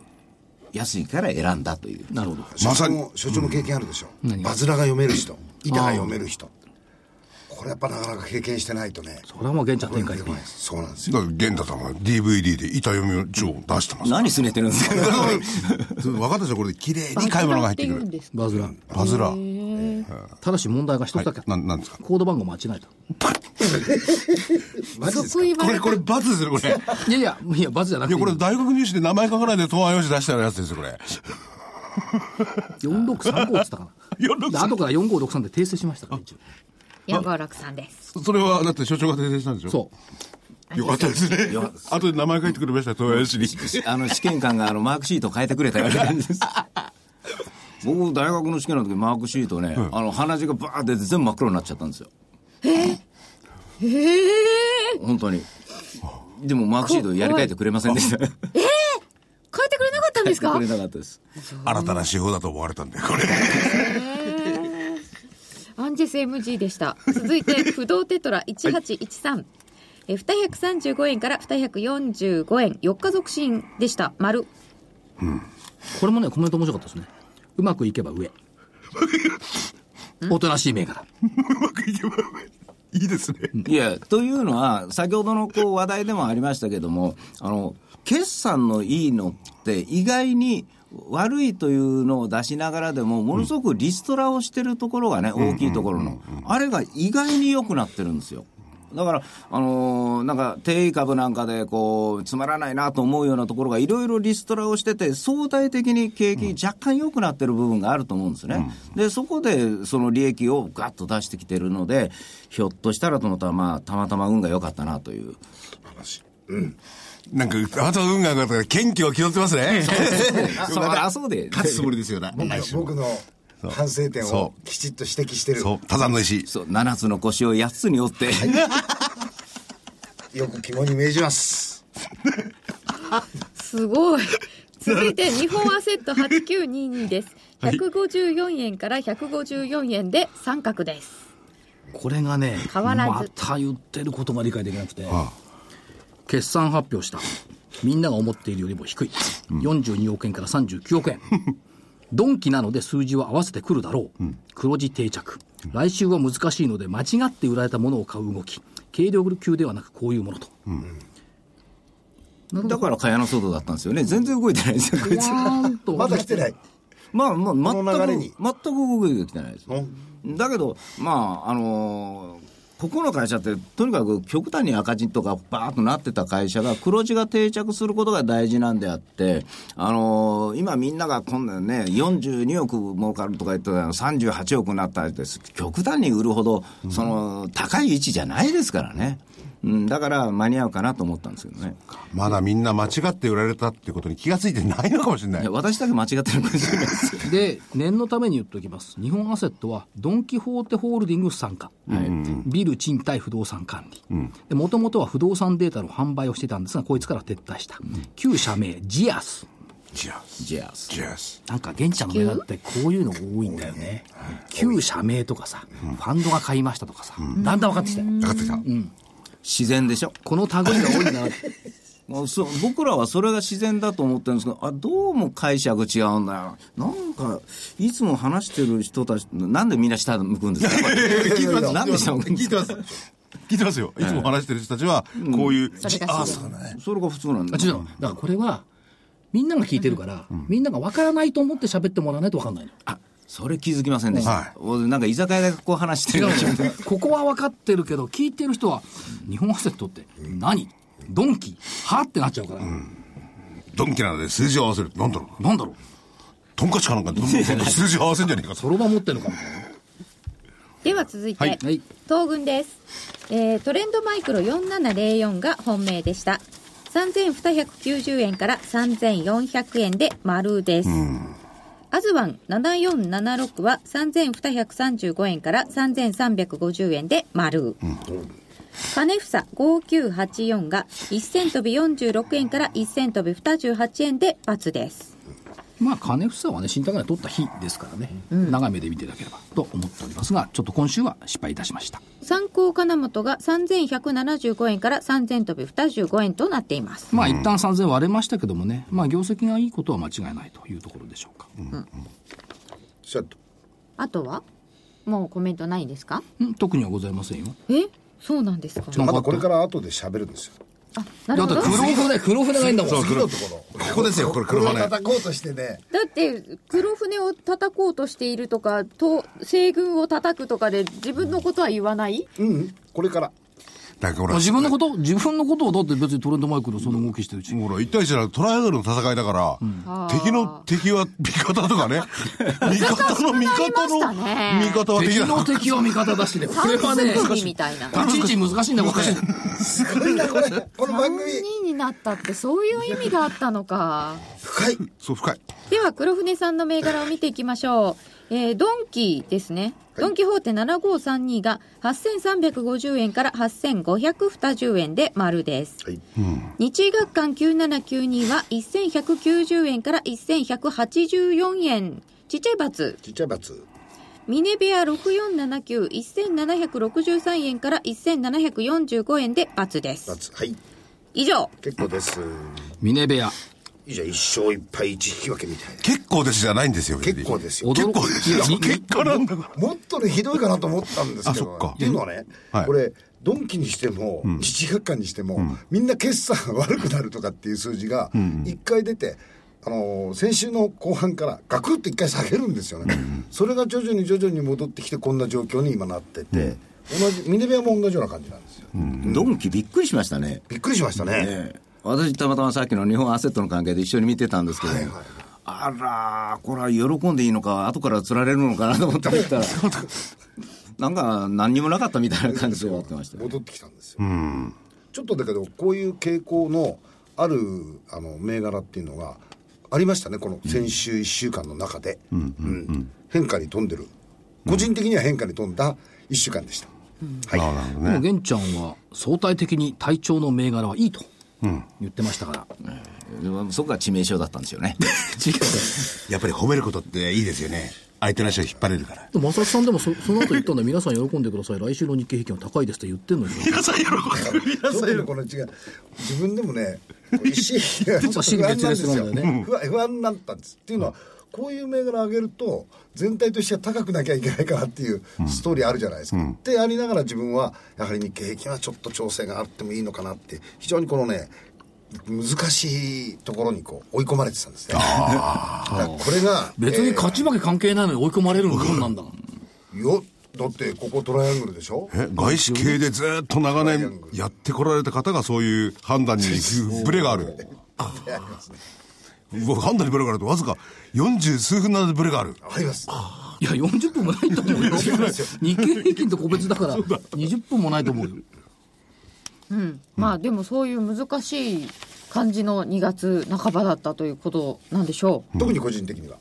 [SPEAKER 5] 安いから選んだという。
[SPEAKER 3] なるほど
[SPEAKER 2] 所長も所長も経験あるでしょ、バズラが読める人板が読める人これやっぱなかなか経験してないとね
[SPEAKER 3] これはもう玄ちゃん展開で
[SPEAKER 2] そうなんですよ
[SPEAKER 4] だから、玄太さんは DVD で板読みを超出して ます。
[SPEAKER 5] 何すねてるん ですか
[SPEAKER 4] 分かったでしょこれで綺麗に買い物が入ってくる。
[SPEAKER 3] バズラ
[SPEAKER 4] バズラ。は
[SPEAKER 3] ただし問題が一つだけ、
[SPEAKER 4] い。ななんですか
[SPEAKER 3] コード番号間違えた
[SPEAKER 2] マジです
[SPEAKER 1] こ
[SPEAKER 2] か
[SPEAKER 1] ういう
[SPEAKER 4] これ、これ、罰ですよ、これ。
[SPEAKER 3] いやいやいやバズじゃなくて
[SPEAKER 4] いや、これ大学入試で名前書かないで答案用紙出したやつですよ、これ。
[SPEAKER 3] 4635っつっ たかな
[SPEAKER 4] 4635
[SPEAKER 3] で後から4563で訂正しましたから一応
[SPEAKER 1] 矢川楽さんです
[SPEAKER 4] それは、だって所長が訂正したんでしょ
[SPEAKER 3] そう
[SPEAKER 4] う。よかったですね。後で名前書いてくれましたよ、答案用紙に。
[SPEAKER 5] あの試験官があのマークシート変えてくれたような 感じです。僕、大学の試験の時マークシートね、あの鼻血がバーって全部真っ黒になっちゃったんですよ。本当に。でもマークシードやり替えてくれませんでした。変
[SPEAKER 1] 変えてくれなかったん です
[SPEAKER 5] えて
[SPEAKER 1] か
[SPEAKER 5] くれなかったです。
[SPEAKER 4] 新たな手法だと思われたんだよ、これ。
[SPEAKER 1] アンジェス MG でした。続いて、不動テトラ1813。えー235円から245円、4日続進でした。丸。
[SPEAKER 3] これもね、コメント面白かったですね。うまくいけば 上。おとなしい銘柄。
[SPEAKER 4] いいですね。
[SPEAKER 5] いや、というのは、先ほどのこう話題でもありましたけども、あの、決算のいいのって意外に悪いというのを出しながらでも、ものすごくリストラをしてるところがね、大きいところの、あれが意外に良くなってるんですよ。だから、あのーなんか、定位株なんかで、こう、つまらないなと思うようなところが、いろいろリストラをしてて、相対的に景気、若干良くなってる部分があると思うんですね。で、そこで、その利益をガッと出してきてるので、ひょっとしたらと思ったら、まあ、たまたま運が良かったなという。
[SPEAKER 9] なんか、あと運が上がったから、謙虚を気取ってますね。
[SPEAKER 5] あ、そう、あそうで。
[SPEAKER 9] 勝つつもりですよね。来週も
[SPEAKER 2] 僕の反省点を
[SPEAKER 9] そう
[SPEAKER 2] きちっと指摘してる
[SPEAKER 9] そう、多山の石。
[SPEAKER 5] そう、7つの腰を8つに折 って、
[SPEAKER 2] よく肝に銘じます
[SPEAKER 1] すごい。続いて、日本アセット8922です。154円から154円で三角です。
[SPEAKER 3] これがね、
[SPEAKER 1] 変わらず
[SPEAKER 3] また言ってることが理解できなくて、決算発表した。みんなが思っているよりも低い。42億円から39億円。鈍期なので数字は合わせてくるだろう。黒字定着。来週は難しいので、間違って売られたものを買う動き。軽量級ではなくこういうものと。
[SPEAKER 5] だから、蚊帳の外だったんですよね。全然動いてないですよ、こいつ。
[SPEAKER 3] なんと
[SPEAKER 2] まだ来てない
[SPEAKER 5] まあ、ま
[SPEAKER 2] こ
[SPEAKER 5] あ、全
[SPEAKER 2] の流
[SPEAKER 5] く、
[SPEAKER 2] れ
[SPEAKER 5] 全
[SPEAKER 2] に
[SPEAKER 5] く動いてきてないです
[SPEAKER 2] う。
[SPEAKER 5] だけど、まあ、あのーここの会社って、とにかく極端に赤字とかバーッとなってた会社が、黒字が定着することが大事なんであって、あのー今みんなが今度ね、42億儲かるとか言ってたら、38億になったりです。極端に売るほど、その、高い位置じゃないですからね。うん、だから間に合うかなと思ったんですけどね。
[SPEAKER 4] まだみんな間違って売られたってことに気がついてないのかもしれない
[SPEAKER 5] や
[SPEAKER 4] い。
[SPEAKER 5] 私だけ間違ってるかもしれないです。
[SPEAKER 3] で、念のために言っておきます。日本アセットは、ドン・キホーテホールディングス傘下、ビル賃貸不動産管理。もともとは不動産データの販売をしてたんですが、こいつから撤退した。旧社名、ジアス。
[SPEAKER 9] ジアス。
[SPEAKER 5] じゃあ、
[SPEAKER 9] ジアス。
[SPEAKER 3] なんか現地の銘柄ってこういうの多いんだよね。旧社名とかさ、ファンドが買いましたとかさ、だんだん分かってきて、
[SPEAKER 9] 上がってきた。
[SPEAKER 5] 自然でしょ。
[SPEAKER 3] この類が多いんだなって。
[SPEAKER 5] まあそう僕らはそれが自然だと思ってるんですけどあどうも解釈違うんだよななんかいつも話してる人たちなんでみんな下向くんですか
[SPEAKER 9] 聞いてます
[SPEAKER 5] なんで下向くんで
[SPEAKER 9] 聞い
[SPEAKER 5] す
[SPEAKER 9] て
[SPEAKER 5] か
[SPEAKER 9] ます。聞いてますよ。いつも話してる人たちは、こういう、ジアスだね。
[SPEAKER 5] それが普通なん
[SPEAKER 3] あ
[SPEAKER 5] だ
[SPEAKER 3] 違うだからこれは、みんなが聞いてるから、みんなが分からないと思って喋ってもらわないと分かんないの。
[SPEAKER 5] あそれ気づきませんでした、
[SPEAKER 9] はい
[SPEAKER 5] 俺なんか居酒屋でこう話して
[SPEAKER 3] 違
[SPEAKER 5] る
[SPEAKER 3] う
[SPEAKER 5] でしょ
[SPEAKER 3] のよ ここは分かってるけど、聞いてる人は、日本アセットって何ドンキはってなっちゃうから、
[SPEAKER 9] ドンキなので数字を合わせる。なんだろう。
[SPEAKER 3] なんだろう
[SPEAKER 9] トンカチかなんかでどんどんどんどん数字を合わせんじゃねえか。
[SPEAKER 3] そろばん持ってるのかみたいな。
[SPEAKER 1] では続いて、
[SPEAKER 3] はいはい
[SPEAKER 1] 東軍です、えートレンドマイクロ4704が本命でした3290円から3400円で丸です、アズワン7476は3235円から3350円で丸、金房5984が1銭飛び46円から1銭飛び28円で×です
[SPEAKER 3] まあ、金房はね、新高値取った日ですからね、長い目で見ていただければと思っておりますが、ちょっと今週は失敗いたしました。
[SPEAKER 1] 参考金本が3175円から3000飛び25円となっています。
[SPEAKER 3] まあ一旦3000割れましたけどもね、まあ業績がいいことは間違いないというところでしょうか。
[SPEAKER 2] ちょっと
[SPEAKER 1] あとはもうコメントないですか
[SPEAKER 3] うん、特にはございませんよ。
[SPEAKER 1] えそうなんですか
[SPEAKER 2] まだこれから後で喋るんですよ
[SPEAKER 1] あ、な
[SPEAKER 3] だ
[SPEAKER 1] る
[SPEAKER 3] っ
[SPEAKER 1] ほ
[SPEAKER 3] て
[SPEAKER 1] ど。
[SPEAKER 3] 黒船、
[SPEAKER 1] だ
[SPEAKER 3] 黒船がいいんだもん。
[SPEAKER 9] そう、
[SPEAKER 2] 次
[SPEAKER 9] 黒
[SPEAKER 2] のところ
[SPEAKER 9] ここですよ、これ、
[SPEAKER 2] これ
[SPEAKER 9] 黒
[SPEAKER 2] を
[SPEAKER 9] 羽。
[SPEAKER 2] 叩こうとしてね
[SPEAKER 1] って、黒船を叩こうとしているとか、と西軍を叩くとかで自分のことは言わない
[SPEAKER 2] うんこれから
[SPEAKER 9] なんかほら、
[SPEAKER 3] 自分のこと自分のことをだって別にトレンドマイクロその動きしてるうちに。
[SPEAKER 9] ほら、一対一ならトライアドルの戦いだから、敵の敵は味方とか ね、味方の味方の、
[SPEAKER 1] 難しくなりましたね
[SPEAKER 9] 味方は敵
[SPEAKER 3] 敵
[SPEAKER 9] だ
[SPEAKER 3] の敵を味方出してね、これはね、
[SPEAKER 1] 三つ首みたいな。
[SPEAKER 3] 立ち位置難しいんだもん、これ。
[SPEAKER 2] すごいなこれこの番組
[SPEAKER 1] 3人になったってそういう意味があったのか。
[SPEAKER 2] 深い
[SPEAKER 9] そう、深い。
[SPEAKER 1] では黒船さんの銘柄を見ていきましょう、えードンキですね。ドンキホーテ7532が8350円から8520円で丸です。
[SPEAKER 2] はい
[SPEAKER 1] 日医学館9792は1190円から1184円。ちっちゃい罰。
[SPEAKER 2] ちっちゃい罰
[SPEAKER 1] ミネベア6479、1763円から1745円で×です。
[SPEAKER 2] 罰はい
[SPEAKER 1] 以上。
[SPEAKER 2] 結構です
[SPEAKER 3] ミネベア
[SPEAKER 2] いいじゃん一生いっぱい一引き分けみたいな
[SPEAKER 9] 結構ですじゃないんですよ、。
[SPEAKER 2] 結構ですすよ
[SPEAKER 3] 驚
[SPEAKER 9] 結構
[SPEAKER 3] く
[SPEAKER 9] ですよ。結果なんだから。
[SPEAKER 2] もっとねひどいかなと思ったんですけど
[SPEAKER 9] あそっか
[SPEAKER 2] っていうのはね、
[SPEAKER 9] はい
[SPEAKER 2] これドンキにしても、自治学館にしても、みんな決算が悪くなるとかっていう数字が一回出て、あのー先週の後半からガクッと一回下げるんですよね、それが徐々に徐々に戻ってきてこんな状況に今なってて、同じミネベアも同じような感じなんですよ、
[SPEAKER 5] ドンキびっくりしましたね。
[SPEAKER 2] びっくりしましたね
[SPEAKER 5] ええ私たまたまさっきの日本アセットの関係で一緒に見てたんですけど、
[SPEAKER 2] はいはい
[SPEAKER 5] あらーこれは喜んでいいのか後から釣られるのかなと思って 見たらなんか何にもなかったみたいな感じで終わって ましたよ
[SPEAKER 2] 戻ってきたんですよ、ちょっとだけどこういう傾向のあるあの銘柄っていうのがありましたねこの先週1週間の中で、うん変化に富んでる個人的には変化に富んだ1週間でした、はい
[SPEAKER 9] ああ、なるほど
[SPEAKER 3] でも
[SPEAKER 9] ね。
[SPEAKER 3] 玄ちゃんは相対的に体調の銘柄はいいと言ってましたから、
[SPEAKER 5] でもそこが致命傷だったんですよ ね
[SPEAKER 3] 違う
[SPEAKER 9] やっぱり褒めることっていいですよね。相手の足を引っ張れるから。
[SPEAKER 3] でも正さんでもそその後言ったんで皆さん喜んでください来週の日経平均は高いですって言ってんのに
[SPEAKER 9] 皆さん喜んでる。
[SPEAKER 2] ちょっとねこの違う自分で もね石が
[SPEAKER 3] ちょっと心理滅裂なんだよね
[SPEAKER 2] 不安不安になったんですっていうのは、こういう銘柄上げると全体としては高くなきゃいけないかなっていうストーリーあるじゃないですか。ってありながら自分はやはり日経平均はちょっと調整があってもいいのかなって非常にこのね難しいところにこう追い込まれてたんです ね。だからこれが
[SPEAKER 3] 別に勝ち負け関係ないのに追い込まれるのもんなんだ
[SPEAKER 2] えーよだってここトライアングルでしょ
[SPEAKER 9] え、外資系でずっと長年やってこられた方がそういう判断にブレがある。うわ判断にブレがあるとわずか40数分なのでブレがある。
[SPEAKER 2] あります。
[SPEAKER 3] いや40分もないと思うよ日経平均と個別だから20分もないと思うよ
[SPEAKER 1] うん、まあでもそういう難しい感じの2月半ばだったということなんでしょ
[SPEAKER 2] 特に個人的には。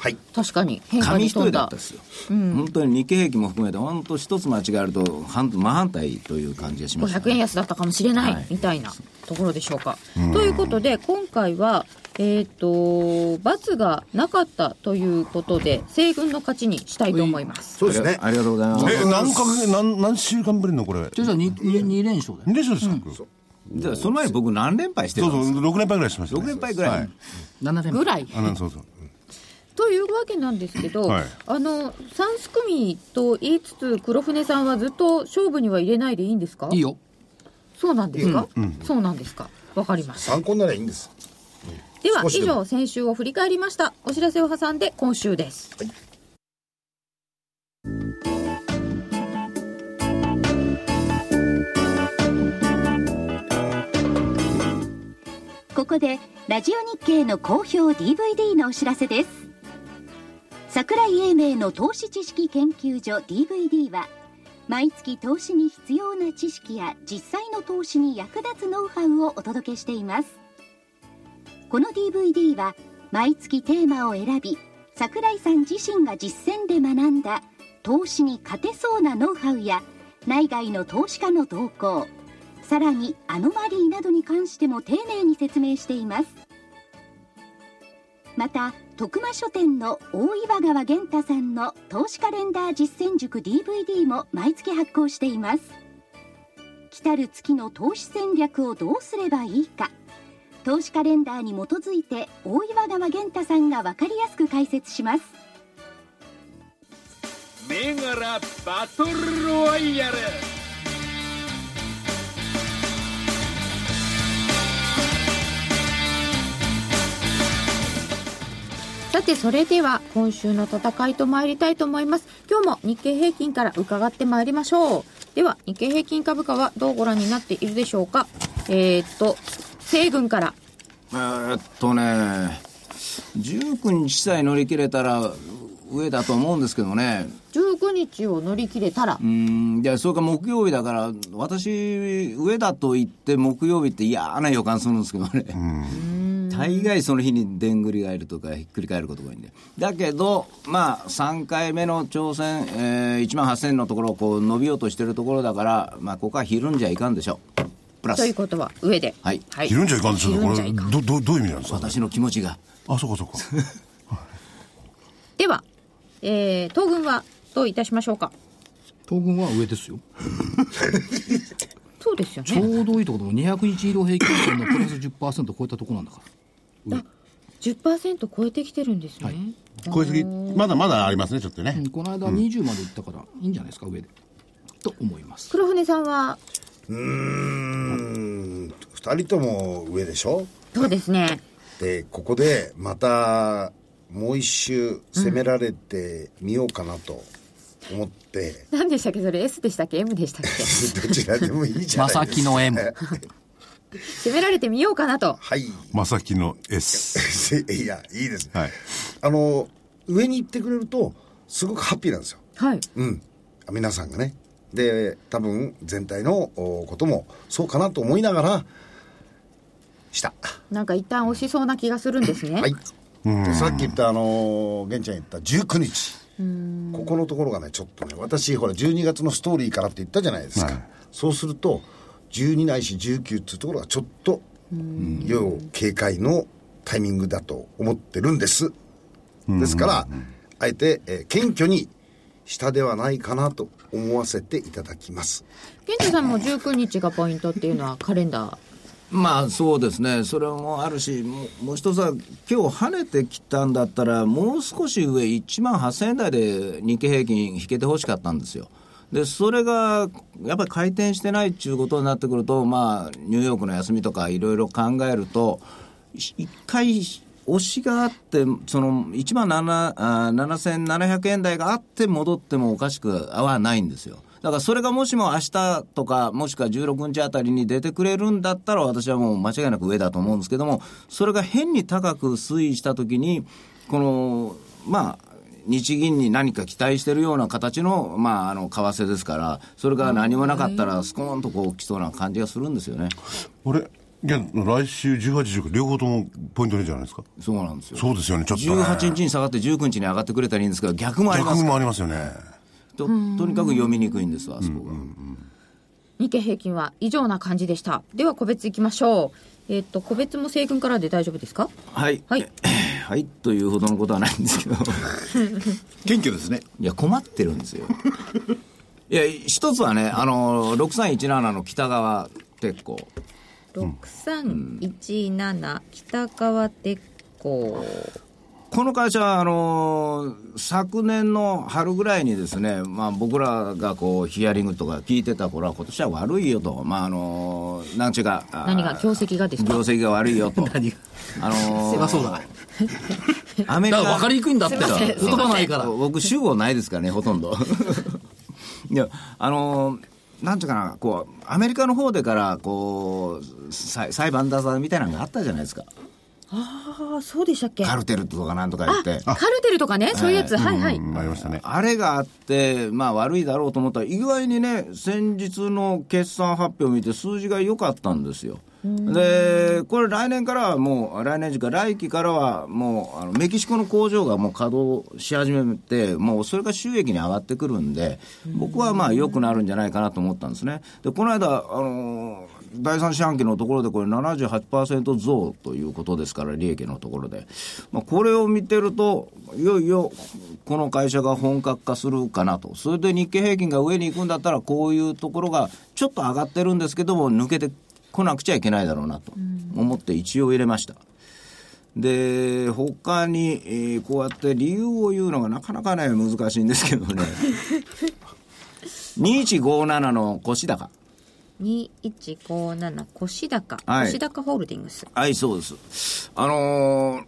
[SPEAKER 2] はい。
[SPEAKER 1] う確かに変化
[SPEAKER 5] 紙
[SPEAKER 1] に
[SPEAKER 5] 一
[SPEAKER 1] 富
[SPEAKER 5] 重
[SPEAKER 1] ん
[SPEAKER 5] だっ
[SPEAKER 1] だ
[SPEAKER 5] たですよ、本当に日経平均も含めて本当一つ間違えると反真反対という感じがしました、
[SPEAKER 1] 500円安だったかもしれない、
[SPEAKER 5] はい
[SPEAKER 1] みたいなところでしょうか。ということで今回は、えっと罰がなかったということで西軍の勝ちにしたいと思います。
[SPEAKER 2] そうですね。
[SPEAKER 5] ありがとうございます
[SPEAKER 9] え、何か月、何、何週間ぶりのこれ。
[SPEAKER 3] じゃあじゃあ 2, 連勝だよ
[SPEAKER 9] 2連勝ですか、
[SPEAKER 5] じゃあその前に僕何連敗してた
[SPEAKER 9] そ
[SPEAKER 5] ん
[SPEAKER 9] う
[SPEAKER 5] ですか
[SPEAKER 9] そう、6連敗ぐらいしました、
[SPEAKER 5] 6連敗ぐらい
[SPEAKER 9] はい
[SPEAKER 3] 7連
[SPEAKER 1] ぐ
[SPEAKER 3] 敗
[SPEAKER 1] らい
[SPEAKER 9] あの、そうそう。
[SPEAKER 1] というわけなんですけど、
[SPEAKER 9] はい
[SPEAKER 1] あの三すくみと言いつつ黒船さんはずっと勝負には入れないでいいんですか
[SPEAKER 3] いいよ
[SPEAKER 1] そうなんですか、そうなんですかわかりました
[SPEAKER 2] 参考にならいいんです。
[SPEAKER 1] では
[SPEAKER 2] 少し
[SPEAKER 1] 以
[SPEAKER 2] でも
[SPEAKER 1] 上先週を振り返りましたお知らせを挟んで今週です、
[SPEAKER 2] はい
[SPEAKER 7] ここでラジオ日経の好評 DVD のお知らせです桜井英明の投資知識研究所 DVD は毎月投資に必要な知識や実際の投資に役立つノウハウをお届けしていますこの DVD は毎月テーマを選び桜井さん自身が実践で学んだ投資に勝てそうなノウハウや内外の投資家の動向さらにアノマリーなどに関しても丁寧に説明していますまた徳間書店の大岩川源太さんの投資カレンダー実践塾 DVD も毎月発行しています来たる月の投資戦略をどうすればいいか投資カレンダーに基づいて大岩川源太さんが分かりやすく解説します
[SPEAKER 8] 銘柄バトルロワイヤル
[SPEAKER 1] さてそれでは今週の戦いと参りたいと思います今日も日経平均から伺ってまいりましょうでは日経平均株価はどうご覧になっているでしょうかえーっと西軍から
[SPEAKER 5] えーっとね、19日さえ乗り切れたら上だと思うんですけどね、
[SPEAKER 1] 19日を乗り切れたら
[SPEAKER 5] うーん、じゃあ、それから木曜日だから、私、上だと言って、木曜日って嫌な予感するんですけどね、大概その日にでんぐり返るとかひっくり返ることが多いんでだけどまあ3回目の挑戦、えー、1万8000のところをこう伸びようとしてるところだから、まあ、ここはひるんじゃいかんでしょうプラ
[SPEAKER 1] という
[SPEAKER 5] ス
[SPEAKER 1] ことは上で。
[SPEAKER 5] はい
[SPEAKER 4] ひるんじゃいかんですよ
[SPEAKER 1] ひる
[SPEAKER 4] こ
[SPEAKER 1] んじゃ
[SPEAKER 4] れ
[SPEAKER 1] いかん
[SPEAKER 4] どどどういう意味なんです か
[SPEAKER 5] 私の気持ちが
[SPEAKER 4] あそうかそうか
[SPEAKER 1] では、えー、東軍はどういたしましょうか。
[SPEAKER 3] 東軍は上ですよ
[SPEAKER 1] そうですよ
[SPEAKER 3] ち
[SPEAKER 1] ね。
[SPEAKER 3] ょうどいいところでも200日移動平均線のプラス10%超えたところなんだから
[SPEAKER 1] 10%超えてきてるんですね。
[SPEAKER 4] 小杉まだまだありますねちょっとね
[SPEAKER 3] うんこの間20まで行ったからいいんじゃないですか上でと思います
[SPEAKER 1] 黒船さんは、
[SPEAKER 2] うーん2人とも上でしょ
[SPEAKER 1] そうですね。
[SPEAKER 2] でここでまたもう一周攻められてみようかなと思って、
[SPEAKER 1] 何でしたっけそれ S でしたっけ M でしたっけ
[SPEAKER 2] どちらでもいいじゃ
[SPEAKER 3] ま
[SPEAKER 2] な
[SPEAKER 3] さ
[SPEAKER 2] いで
[SPEAKER 3] き
[SPEAKER 2] すか
[SPEAKER 3] の M
[SPEAKER 1] 攻められてみようかなと。
[SPEAKER 2] はい
[SPEAKER 4] まさきの S
[SPEAKER 2] いやいいですね、
[SPEAKER 4] はい
[SPEAKER 2] あの上に行ってくれるとすごくハッピーなんですよ
[SPEAKER 1] はい。
[SPEAKER 2] うん、皆さんがね。で、多分全体のおこともそうかなと思いながら、した。
[SPEAKER 1] なんか一旦押しそうな気がするんですね。
[SPEAKER 2] はい。でさっき言った、あのー、玄ちゃん言った19日。ここのところがね、ちょっとね、私、ほら、12月のストーリーからって言ったじゃないですか。
[SPEAKER 4] はい
[SPEAKER 2] そうすると、12ないし19っていうところがちょっと、要警戒のタイミングだと思ってるんです。ですから、あえて、えー謙虚に、下ではないかなと思わせていただきます。
[SPEAKER 1] 現地さんも19日がポイントっていうのはカレンダー。
[SPEAKER 5] まあそうですね、それもあるし、もうもう一つは、今日跳ねてきたんだったら、もう少し上、1万8000円台で日経平均引けてほしかったんですよ。でそれがやっぱり回転してないっていうことになってくると、まあ、ニューヨークの休みとかいろいろ考えると、し一回、押しがあって、その1万7あー7700円台があって戻ってもおかしくはないんですよ。だからそれがもしも明日とか、もしくは16日あたりに出てくれるんだったら、私はもう間違いなく上だと思うんですけども、それが変に高く推移したときに、この、まあ、日銀に何か期待してるような形の、まあ、あの、為替ですから、それが何もなかったら、スコーンとこう来そうな感じがするんですよね。
[SPEAKER 4] あれ現来週18、19両方ともポイントねじゃないですか
[SPEAKER 5] そうなんですよ。
[SPEAKER 4] そうですよねちょっとね
[SPEAKER 5] 18日に下がって19日に上がってくれたらいいんですけど、逆もありま
[SPEAKER 4] 逆
[SPEAKER 5] すから
[SPEAKER 4] もありますよね
[SPEAKER 5] ととにかく読みにくいんですわ、あそこが。
[SPEAKER 1] 日経平均は以上な感じでした。では個別いきましょう。えっと、個別も西軍からで大丈夫ですか
[SPEAKER 5] はい。
[SPEAKER 1] はい
[SPEAKER 5] はい、というほどのことはないんですけど。
[SPEAKER 10] 謙虚ですね
[SPEAKER 5] いや、困ってるんですよ。いや、一つはね、あの、6317の北側鉄鋼。
[SPEAKER 1] 6317北川鉄工
[SPEAKER 5] この会社は、あの、昨年の春ぐらいにですね、まあ僕らがこう、ヒアリングとか聞いてた頃は、今年は悪いよと。まああの、なんちゅうか。あー
[SPEAKER 1] 何が業績がですか
[SPEAKER 5] 業績が悪いよ と。あの
[SPEAKER 3] 狭そうだな
[SPEAKER 5] アメリ
[SPEAKER 3] だ
[SPEAKER 5] カ。
[SPEAKER 3] から分かりにくいんだって言葉ないから
[SPEAKER 5] 僕集合ないですからねほとんど いやあのなんていうかなこうアメリカの方でからこう裁裁判沙汰みたいなのがあったじゃないですか
[SPEAKER 1] ああそうでしたっけ
[SPEAKER 5] カ
[SPEAKER 1] あ
[SPEAKER 5] ルテルとかなんとか言って
[SPEAKER 1] カルテルとかねそういうやつはいはい
[SPEAKER 4] うんありましたね
[SPEAKER 5] あれがあって、まあ悪いだろうと思ったら、意外にね、先日の決算発表を見て数字が良かったんですよ。で、これ来年からはもう、来年時か来期からはもう、あのメキシコの工場がもう稼働し始めて、もうそれが収益に上がってくるんで、僕はまあ良くなるんじゃないかなと思ったんですね。で、この間、あのー第三四半期のところでこれ78%増ということですから、利益のところで。まあ、これを見てると、いよいよこの会社が本格化するかなと。それで日経平均が上に行くんだったら、こういうところがちょっと上がってるんですけども、抜けてこなくちゃいけないだろうなと思って一応入れました。で、他に、えーこうやって理由を言うのがなかなかね、難しいんですけどね。2157の腰高。
[SPEAKER 1] 2157腰高
[SPEAKER 5] はい
[SPEAKER 1] 腰高ホールディングス
[SPEAKER 5] はい、そうです。あのー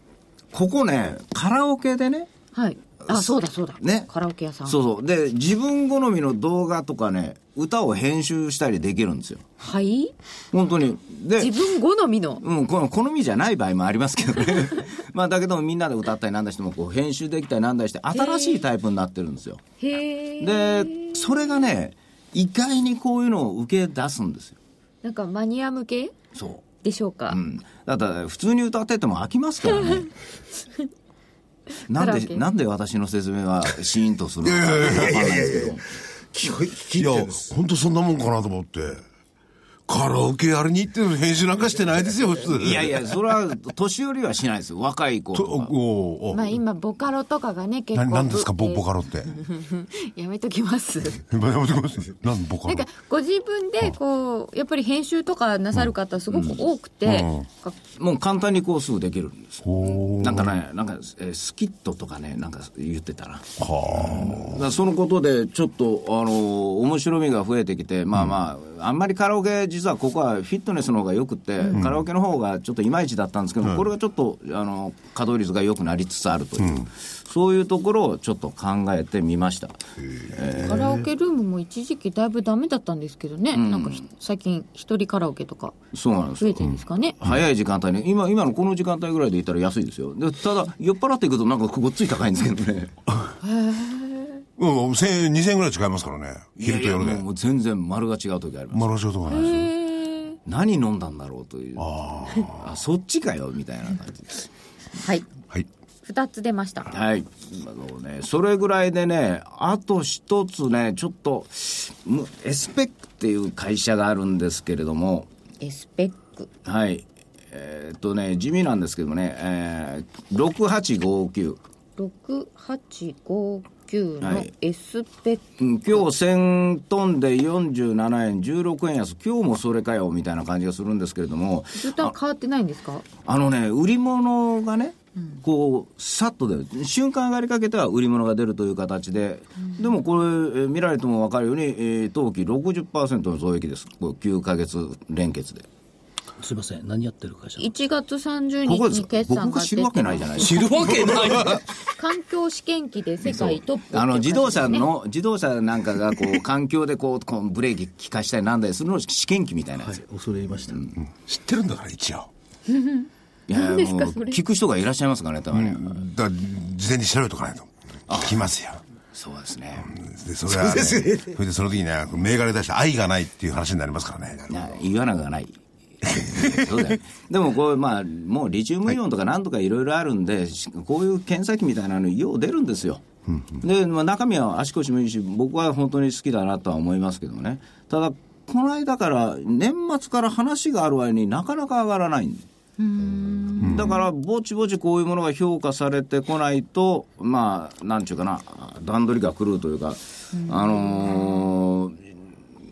[SPEAKER 5] ここね、カラオケでね、
[SPEAKER 1] はいあそうだそうだ
[SPEAKER 5] ね
[SPEAKER 1] カラオケ屋さん
[SPEAKER 5] そうそう。で、自分好みの動画とかね、歌を編集したりできるんですよ。
[SPEAKER 1] はい
[SPEAKER 5] 本当に。で、
[SPEAKER 1] 自分好みの
[SPEAKER 5] うん、この好みじゃない場合もありますけどね。 まあ、だけどみんなで歌ったりなんだしても、こう、編集できたりなんだりして、新しいタイプになってるんですよ。
[SPEAKER 1] へえ
[SPEAKER 5] で、それがね、意外にこういうのを受け出すんですよ。
[SPEAKER 1] なんかマニア向け
[SPEAKER 5] そう。
[SPEAKER 1] でしょうか。
[SPEAKER 5] うんだって普通に歌ってても飽きますから ねなん
[SPEAKER 1] カラオケ
[SPEAKER 5] でなんで私の説明はシーンとするのか分かんないですけど
[SPEAKER 2] 聞こえ聞い
[SPEAKER 9] いや
[SPEAKER 2] てるんです、
[SPEAKER 9] 本当そんなもんかなと思って。カラオケやりに行ってのに編集なんかしてないですよ、普通。
[SPEAKER 5] いやいやそれは年寄りはしないですよ若い子
[SPEAKER 9] と
[SPEAKER 5] とか
[SPEAKER 9] おお
[SPEAKER 6] まあ今、ボカロとかがね、結構。
[SPEAKER 9] 何何ですかボボカ
[SPEAKER 6] ロ。
[SPEAKER 9] ロって
[SPEAKER 6] やめときます。
[SPEAKER 9] やめてください何ボカロ
[SPEAKER 1] なんかご自分でこうやっぱり編集とかなさる方すごく多くて、なんか
[SPEAKER 5] もう簡単にこうすぐできるんです
[SPEAKER 9] おー
[SPEAKER 5] なんかねなんか、えースキットとかねなんか言ってたなはあそのことでちょっとあのー面白みが増えてきてまあまあ、あんまりカラオケ実はここはフィットネスの方がよくて、カラオケの方がちょっといまいちだったんですけど、これがちょっとあの稼働率が良くなりつつあるという、そういうところをちょっと考えてみました
[SPEAKER 1] カラオケルームも一時期だいぶダメだったんですけどね、なんかひ最近一人カラオケとか
[SPEAKER 5] そうなんです
[SPEAKER 1] 増
[SPEAKER 5] よ
[SPEAKER 1] えてるんですかね、
[SPEAKER 5] 早い時間帯に、今、今のこの時間帯ぐらいでいたら安いですよ。で、ただ、酔っ払っていくとなんかごっつい高いんですけどね。
[SPEAKER 9] うんうん1000円2000円ぐらい違いますからね昼と夜
[SPEAKER 5] いやいや
[SPEAKER 9] で
[SPEAKER 5] もう全然丸が違う時あります。
[SPEAKER 9] 丸橋とかないですよ
[SPEAKER 5] 何飲んだんだろうという。あそっちかよ、みたいな感じです。
[SPEAKER 1] はい
[SPEAKER 9] はい
[SPEAKER 1] 2つ出ました
[SPEAKER 5] はい。あのね、それぐらいでね、あと一つね、ちょっと、むエスペックっていう会社があるんですけれども、
[SPEAKER 1] エスペック
[SPEAKER 5] はい。えーっとね、地味なんですけどもね、えー、6859。
[SPEAKER 1] 6859
[SPEAKER 5] は
[SPEAKER 1] の
[SPEAKER 5] い
[SPEAKER 1] エスペック、
[SPEAKER 5] うん今日1000トンで47円、16円安、今日もそれかよみたいな感じがするんですけれども、
[SPEAKER 1] ずっと変わってないんですか
[SPEAKER 5] あのね、売り物がね、こう、さっと出る、瞬間上がりかけては売り物が出るという形で、でもこれ、えー見られても分かるように、えー当期60%の増益です、こう9ヶ月連結で。
[SPEAKER 3] すいません何やってる会社
[SPEAKER 1] 1月30
[SPEAKER 5] こ
[SPEAKER 1] 日
[SPEAKER 5] こです
[SPEAKER 1] に決算
[SPEAKER 5] 僕
[SPEAKER 1] が
[SPEAKER 5] が
[SPEAKER 1] 出て
[SPEAKER 5] 知るわけ
[SPEAKER 1] ま
[SPEAKER 5] ない
[SPEAKER 1] す
[SPEAKER 5] じゃないですか
[SPEAKER 3] 知るわけない
[SPEAKER 1] 環境試験機で世界トップって
[SPEAKER 5] あの
[SPEAKER 1] 感じ
[SPEAKER 5] 自動車の、自動車なんかがこう環境でこうこうブレーキ効かしたりなんだりするのを試験機みたいなやつ、
[SPEAKER 10] 恐れ入りました、
[SPEAKER 9] 知ってるんだから一応
[SPEAKER 5] い、やいやもう聞く人がいらっしゃいますからね、たまには、
[SPEAKER 9] だから事前に調べとかないと聞きますよ
[SPEAKER 5] そうですね。
[SPEAKER 9] でそれはねそれでその時にね銘柄に対して愛がないっていう話になりますからね
[SPEAKER 5] いや言わなくはない。 そうだよでもこう、まあ、もうリチウムイオンとかなんとかいろいろあるんで、しこういう検査機みたいなの、よう出るんですよ。で、まあ、中身は足腰もいいし、僕は本当に好きだなとは思いますけどもね、ただ、この間から、年末から話がある割になかなか上がらないんでだから、ぼちぼちこういうものが評価されてこないと、まあ、なんちゅうかな、段取りが狂うというか、あのー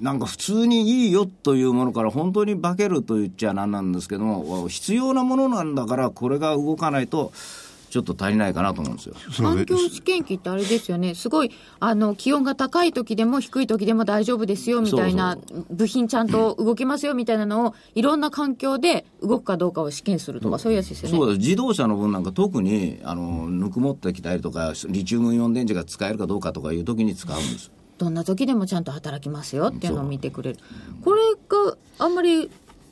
[SPEAKER 5] なんか普通にいいよというものから本当に化けると言っちゃなんなんですけども必要なものなんだからこれが動かないとちょっと足りないかなと思うんですよ。
[SPEAKER 1] 環境試験機ってあれですよね、すごいあの気温が高い時でも低い時でも大丈夫ですよみたいな、部品ちゃんと動きますよみたいなのを、いろんな環境で動くかどうかを試験するとか、そういうやつですよ
[SPEAKER 5] そ
[SPEAKER 1] ね。
[SPEAKER 5] うです自動車の分なんか特にあのぬくもってきたりとかリチウムイオン電池が使えるかどうかとかいう時に使うんです。
[SPEAKER 1] どんな時でもちゃんと働きますよっていうのを見てくれる。これがあんまり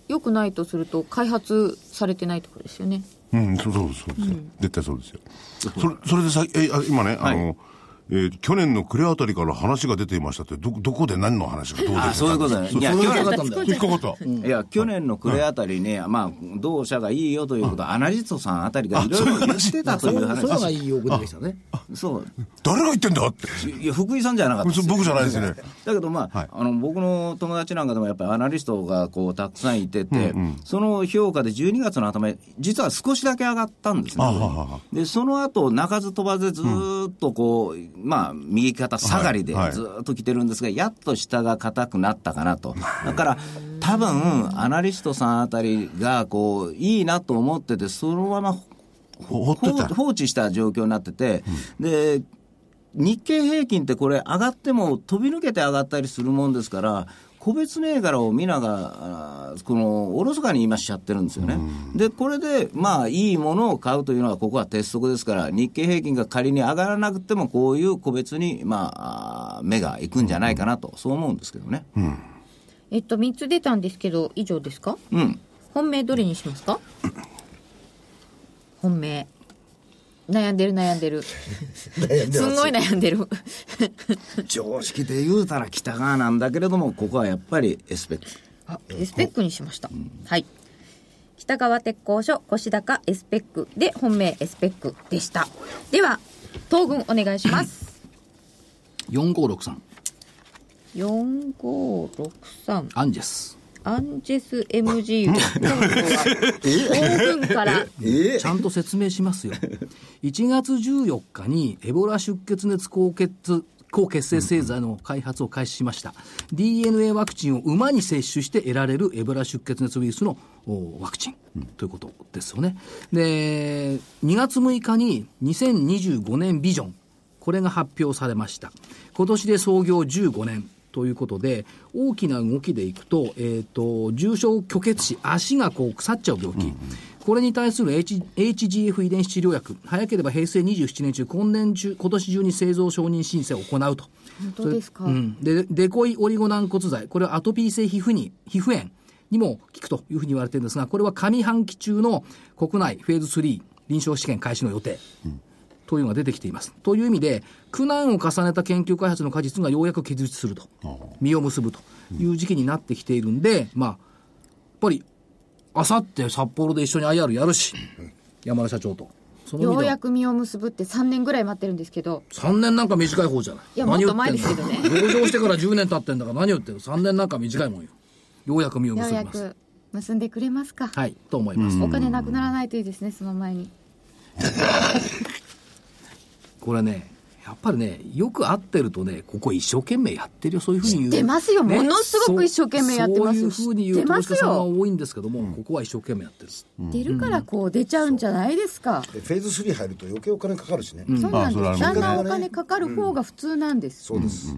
[SPEAKER 1] 良くないとすると、開発されてないところですよね。
[SPEAKER 9] うん、そうそうそうですよ、絶対そうですよ。それ、それでさ、え、あ今ね、あの、えー去年の暮れあたりから話が出ていましたって、ど、どこで何の話がどうで
[SPEAKER 5] あそういうことね
[SPEAKER 9] そう
[SPEAKER 5] いや
[SPEAKER 9] そう
[SPEAKER 5] 去
[SPEAKER 9] いう
[SPEAKER 5] 年
[SPEAKER 9] こと引っかかった。
[SPEAKER 5] いや去年の暮れあたりに、まあ、同社がいいよということをアナリストさんあたりがいろいろ言ってたと
[SPEAKER 10] そう
[SPEAKER 5] い
[SPEAKER 10] いううのが
[SPEAKER 5] 話
[SPEAKER 10] いい用語でしたね
[SPEAKER 5] そう
[SPEAKER 9] 誰が言ってんだって。
[SPEAKER 5] いや福井さんじゃなかったです
[SPEAKER 9] そう僕じゃないですね。
[SPEAKER 5] だけどまあ、あの僕の友達なんかでもやっぱりアナリストがこうたくさんいてて、その評価で12月の頭に実は少しだけ上がったんですね
[SPEAKER 9] あはは。
[SPEAKER 5] でその後鳴かず飛ばずずーっとこう、まあ右肩下がりで
[SPEAKER 9] はいはい
[SPEAKER 5] ずーっと来てるんですが、やっと下が硬くなったかなと。だから多分アナリストさんあたりがこういいなと思っててそのまま
[SPEAKER 9] ほほっといた
[SPEAKER 5] 放放置した状況になってて、で日経平均ってこれ、上がっても飛び抜けて上がったりするもんですから、個別銘柄を皆が、あーこのおろそかに今しちゃってるんですよね。で、これで、まあ、いいものを買うというのは、ここは鉄則ですから、日経平均が仮に上がらなくても、こういう個別に、まああー、目がいくんじゃないかなと、そう思うんですけどね。
[SPEAKER 1] えっと、3つ出たんですけど、以上ですか
[SPEAKER 5] うん。
[SPEAKER 1] 本命どれにします か本命悩んでる悩んでるすんごい悩んで る
[SPEAKER 5] 常識で言うたら北 側なんだけれども、ここはやっぱりエスペック。
[SPEAKER 1] あエスペックにしましたはい北川鉄工所腰高エスペックで本命エスペックでしたでは東軍お願い します
[SPEAKER 3] 4563
[SPEAKER 1] 4563
[SPEAKER 3] アンジェス
[SPEAKER 1] アンジェス MG を 東軍から
[SPEAKER 3] ちゃんと説明しますよ。1月14日にエボラ出血熱高血抗血清製剤の開発を開始しました、DNA ワクチンを馬に接種して得られるエボラ出血熱ウイルスのおワクチンということですよね。で、2月6日に2025年ビジョン、これが発表されました。今年で創業15年。ということで、大きな動きでいくと、えっ、と、重症虚血死、足がこう腐っちゃう病気。これに対する、H、HGF 遺伝子治療薬、早ければ平成27年中、今年中、今年中に製造承認申請を行うと。
[SPEAKER 6] 本当ですか、
[SPEAKER 3] うん、でデコイオリゴ軟骨剤これはアトピー性皮膚に皮膚炎にも効くというふうに言われてるんですがこれは上半期中の国内フェーズ3臨床試験開始の予定、というのが出てきていますという意味で苦難を重ねた研究開発の果実がようやく結実すると実を結ぶという時期になってきているんで、まあやっぱりあさって札幌で一緒に IR やるし、山田社長とその意
[SPEAKER 6] よ
[SPEAKER 3] 味
[SPEAKER 6] う
[SPEAKER 3] で
[SPEAKER 6] や
[SPEAKER 3] は
[SPEAKER 6] く実を結ぶって3年ぐらい待ってるんですけど
[SPEAKER 3] 3年なんか短い方じゃない
[SPEAKER 6] いや
[SPEAKER 3] 何言
[SPEAKER 6] もっと前ですけどね
[SPEAKER 3] ってんの上場してから10年経ってんだから何言ってる3年なんか短いもんよようやく身を
[SPEAKER 6] よ
[SPEAKER 3] 結
[SPEAKER 6] う
[SPEAKER 3] び
[SPEAKER 6] や
[SPEAKER 3] ます
[SPEAKER 6] く結んでくれますか、
[SPEAKER 3] はいと思います、
[SPEAKER 6] お金なくならないといいですねその前に
[SPEAKER 3] これねやっぱりねよく合ってるとねここ一生懸命やってるよそういうふうに言う
[SPEAKER 6] 知ってますよものすごく一生懸命やってます
[SPEAKER 3] そう
[SPEAKER 6] よ
[SPEAKER 3] そういうふうに言
[SPEAKER 6] 知っ
[SPEAKER 3] う
[SPEAKER 6] てま
[SPEAKER 3] 投
[SPEAKER 6] す
[SPEAKER 3] 資
[SPEAKER 6] よ
[SPEAKER 3] 家さんは多いんですけども、ここは一生懸命やってる
[SPEAKER 6] 出るからこう出ちゃうんじゃないですか、
[SPEAKER 2] でフェーズ3入ると余計お金かかるしね、
[SPEAKER 6] そうなんです、
[SPEAKER 4] あそれ
[SPEAKER 6] だ
[SPEAKER 4] あり
[SPEAKER 6] ん
[SPEAKER 4] ま
[SPEAKER 6] だん
[SPEAKER 2] すね
[SPEAKER 6] お金かかる方が普通なんです、
[SPEAKER 2] そうです、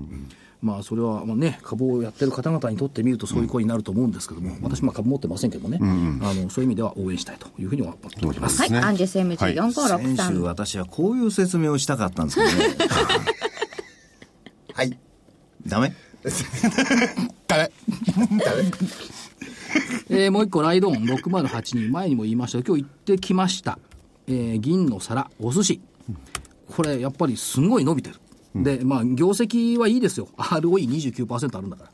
[SPEAKER 3] まあそれはまあね株をやってる方々にとってみるとそういう声になると思うんですけども、私まあ株持ってませんけどね、あのそういう意味では応援したいというふうに思っております、
[SPEAKER 1] はい、
[SPEAKER 4] ね
[SPEAKER 1] アンジェス MG4563、
[SPEAKER 5] 先週私はこういう説明をしたかったんですけどね
[SPEAKER 2] はい
[SPEAKER 5] ダメ
[SPEAKER 3] えーもう一個ライドオン6082前にも言いましたけど今日行ってきました、えー銀の皿お寿司これやっぱりすごい伸びてる、でまあ業績はいいですよ ROE29% あるんだから、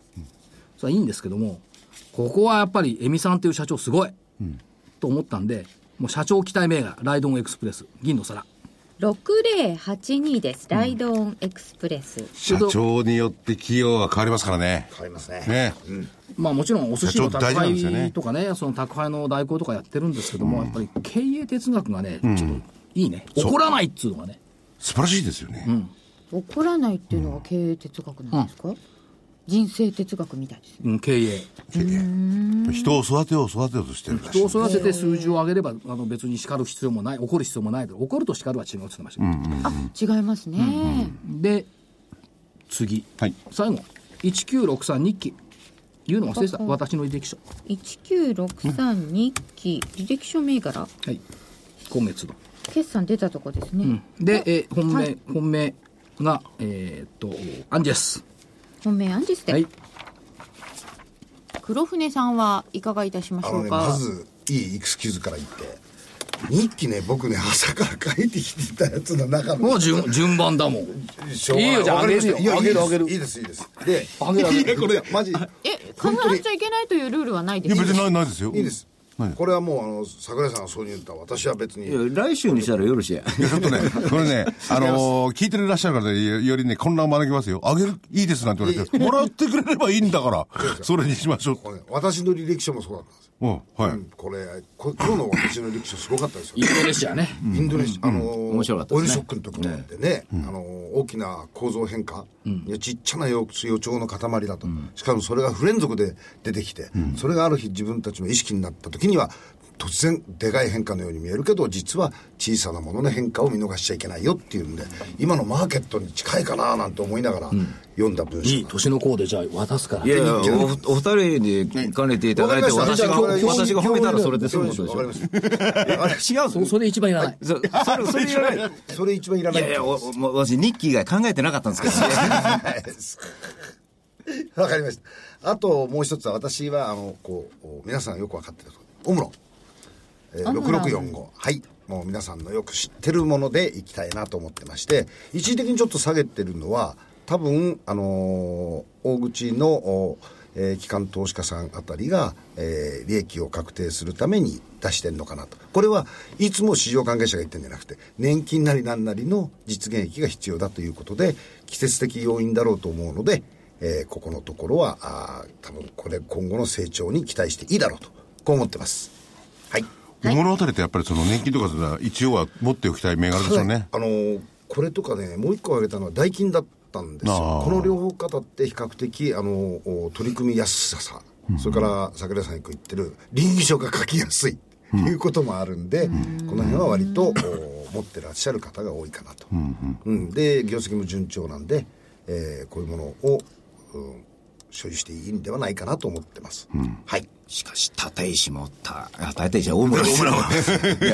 [SPEAKER 3] それはいいんですけどもここはやっぱりエミさんという社長すごい、と思ったんでもう社長期待銘柄ライドオンエクスプレス銀の皿
[SPEAKER 1] 6082です。ライドオンエクスプレス。
[SPEAKER 4] 社長によって企業は変わりますからね。
[SPEAKER 2] 変わりますね
[SPEAKER 4] ね。
[SPEAKER 3] まあもちろんお寿司の宅
[SPEAKER 4] 社長大事なんですよね
[SPEAKER 3] 配とかねその宅配の代行とかやってるんですけども、やっぱり経営哲学がねちょっといいね、怒らないっつうのがね
[SPEAKER 4] 素晴らしいですよね。
[SPEAKER 6] 怒らないっていうのが経営哲学なんですか、人生哲学みたいですね
[SPEAKER 3] うん経営
[SPEAKER 4] 人を育てよう育てようとしてるらしい
[SPEAKER 3] 人を育てて数字を上げればあの別に叱る必要もない怒る必要もないけど怒ると叱るは違うって言ってましたけど、
[SPEAKER 6] 違いますね、
[SPEAKER 3] で次、
[SPEAKER 4] はい
[SPEAKER 3] 最後1963日記言うの忘れてた私の履歴書
[SPEAKER 1] 1963日記、履歴書銘柄
[SPEAKER 3] はい今月の、
[SPEAKER 1] 決算出たとこですね。
[SPEAKER 3] で、えー本命、
[SPEAKER 1] はい
[SPEAKER 3] 本命がえーっとアンジェス
[SPEAKER 1] 本命アンジェスで。
[SPEAKER 3] はい
[SPEAKER 6] 黒船さんはいかがいたしまし
[SPEAKER 2] あ
[SPEAKER 6] ょ
[SPEAKER 2] の
[SPEAKER 6] う
[SPEAKER 2] ね、
[SPEAKER 6] か
[SPEAKER 2] まずいいエクスキューズから言って日記ね僕ね朝から書いてきてたやつの中の
[SPEAKER 3] もう順順番だもん
[SPEAKER 2] しょうがない
[SPEAKER 3] いいよじゃあ
[SPEAKER 2] わかりました
[SPEAKER 3] あげるよ
[SPEAKER 2] いや
[SPEAKER 3] あげる
[SPEAKER 2] いいですいいですいいですで
[SPEAKER 3] あげるあげる
[SPEAKER 2] いやこれマジ
[SPEAKER 6] え必ずしちゃいけないというルールはない
[SPEAKER 4] い
[SPEAKER 6] で
[SPEAKER 4] や
[SPEAKER 6] す
[SPEAKER 4] 別にないないですよ。
[SPEAKER 2] いいです
[SPEAKER 4] ないです
[SPEAKER 2] これはもうあの桜井さんがそう言うんだ私は別に
[SPEAKER 5] 来週にしたらよろしい
[SPEAKER 4] いやちょっ とね、これね、あのー聞いてらっしゃる方によりね、混乱を招きますよ。あげる、いいですなんて言われて、もらってくれればいいんだから、それにしましょう。
[SPEAKER 2] これね私の履歴書もそうだったんですよ
[SPEAKER 4] うん、は
[SPEAKER 2] うんこれこ今日の私の履歴書すごかったですよ
[SPEAKER 3] インドネシアね
[SPEAKER 2] インドネシア、あのー
[SPEAKER 5] 面白かった
[SPEAKER 2] オ
[SPEAKER 5] ですね
[SPEAKER 2] イルショックの時なんてね、あのー大きな構造変化、いやちっちゃな予予兆の塊だと、しかもそれが不連続で出てきて、それがある日自分たちの意識になった時には突然でかい変化のように見えるけど実は小さなものの変化を見逃しちゃいけないよっていうんで今のマーケットに近いかななんて思いながら読んだ文章
[SPEAKER 3] いい年の功でじゃあ渡すから
[SPEAKER 5] いやいやおお二人に兼ねていただいて
[SPEAKER 2] わかりまし
[SPEAKER 5] 私
[SPEAKER 2] たじ
[SPEAKER 5] が
[SPEAKER 2] ゃあ今日
[SPEAKER 5] 私が褒めたらそれで済むことでし
[SPEAKER 2] わかり
[SPEAKER 5] ょ
[SPEAKER 2] ましたあれ
[SPEAKER 5] 違う
[SPEAKER 3] そそれ一番いらない
[SPEAKER 5] そそれそれいらない
[SPEAKER 2] それ一番いら
[SPEAKER 5] い
[SPEAKER 2] ない
[SPEAKER 5] やいや、おお私、日記以外考えてなかったんですけど、
[SPEAKER 2] わかりました。あともう一つは私はあのこう皆さんよくわかってるとオムロ、えー、6645はいもう皆さんのよく知ってるものでいきたいなと思ってまして一時的にちょっと下げてるのは多分あのー大口のおえー機関投資家さんあたりが、えー利益を確定するために出してるのかなと。これはいつも市場関係者が言ってるんじゃなくて、年金なりなんなりの実現益が必要だということで、季節的要因だろうと思うので、えーここのところは、あー多分これ今後の成長に期待していいだろうと、こう思ってます。はい。
[SPEAKER 4] 物語ってやっぱりその年金とかそういうのは一応は持っておきたい銘柄ですよね。
[SPEAKER 2] あのーこれとかね、もう一個挙げたのは代金だったんですよ
[SPEAKER 4] あ、ー
[SPEAKER 2] この両方方って比較的あのーお取り組みやすさ、それから桜井さんが言ってる、倫理書が書きやすいということもあるんで、この辺は割とお持ってらっしゃる方が多いかなと、うんで業績も順調なんで、えーこういうものを、うん所有していいんではないかなと思ってます。はい
[SPEAKER 5] しかし、立石もた、あ立石は大村大村 はい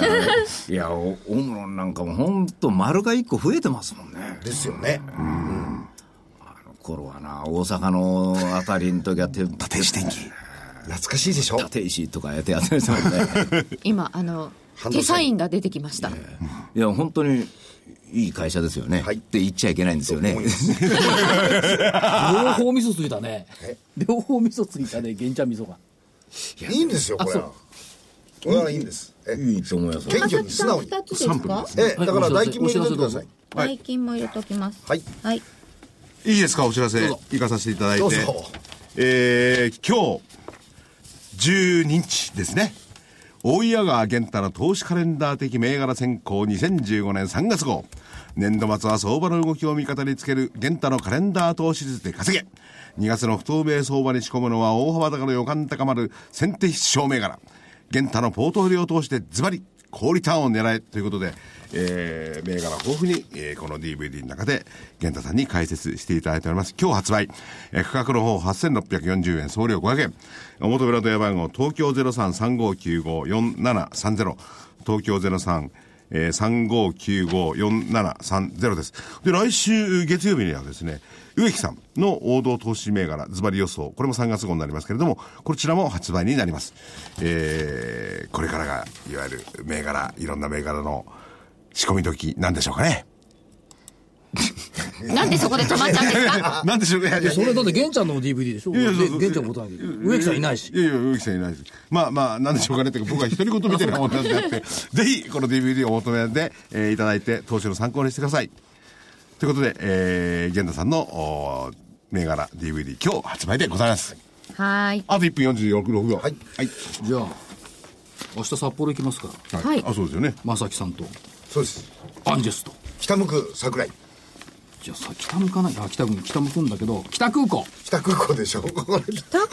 [SPEAKER 5] や、いやお大村なんかも本当丸が一個増えてますもんね。
[SPEAKER 2] ですよね。
[SPEAKER 5] あの頃はな、大阪のあたりの時はて、立石天気。
[SPEAKER 2] 懐かしいでしょ
[SPEAKER 5] 立石とかやってやってましたもん ね。
[SPEAKER 11] 今あの
[SPEAKER 2] 半導体
[SPEAKER 11] 手サインが出てきました、
[SPEAKER 5] いや、本当に、いい会社ですよね。
[SPEAKER 2] はい
[SPEAKER 5] って言っちゃいけないんですよね。
[SPEAKER 12] 両方味噌ついたね両方味噌ついたね玄ちゃん味噌が
[SPEAKER 2] いいんですよ、これは。これはいいんです。え
[SPEAKER 5] いいと思います。
[SPEAKER 2] 謙虚に素直に。
[SPEAKER 1] 二つですか
[SPEAKER 2] ええだから
[SPEAKER 12] はい
[SPEAKER 2] 代金も入れておいてください。
[SPEAKER 1] 代金も入れときます
[SPEAKER 2] はい
[SPEAKER 1] はい
[SPEAKER 4] いいですか、お知らせ、行かさせていただいて。
[SPEAKER 2] どうぞ
[SPEAKER 4] えー今日、12日ですね。大谷川源太の投資カレンダー的銘柄選考2015年3月号。年度末は相場の動きを味方につける源太のカレンダー投資術で稼げ。2月の不透明相場に仕込むのは大幅高の予感高まる先手必勝銘柄。源太のポートフォリオを通してズバリ、高リターンを狙えということで、えー、銘柄豊富に、えーこの DVD の中で、源太さんに解説していただいております。今日発売、えー価格の方8640円、送料500円。お求めの電話番号、東京0335954730、東京03えー、35954730です。で、来週月曜日にはですね、植木さんの王道投資銘柄、ズバリ予想、これも3月号になりますけれども、こちらも発売になります。えー、これからが、いわゆる銘柄、いろんな銘柄の仕込み時なんでしょうかね。
[SPEAKER 1] なんでそこで止まっちゃうんですか
[SPEAKER 4] なんでしょうかね。いや
[SPEAKER 12] それだって玄ちゃんの DVD でしょ
[SPEAKER 4] いやそう
[SPEAKER 12] で玄ちゃんのことなんだけど植木さんいないし
[SPEAKER 4] いやいや、植木さんいないです。まあまあ、なんでしょうかねっていうか僕は独り言みたいなもんなんであって、 ぜひ、この DVD をお求めで、えーいただいて、投資の参考にしてください。ということで、えー、源太さんの、おー銘柄 DVD、今日発売でございます。
[SPEAKER 1] はい
[SPEAKER 4] あと1分46秒。はい。はい。
[SPEAKER 12] じゃあ明日札幌行きますから
[SPEAKER 4] はい。あ、そうですよね。
[SPEAKER 12] 正木さんと
[SPEAKER 2] そうです。
[SPEAKER 12] アンジェスと
[SPEAKER 2] 北向く桜井。
[SPEAKER 12] じゃあさ北向かないあ北向北向くんだけど北空港
[SPEAKER 2] 北空港でしょこれ
[SPEAKER 1] 北空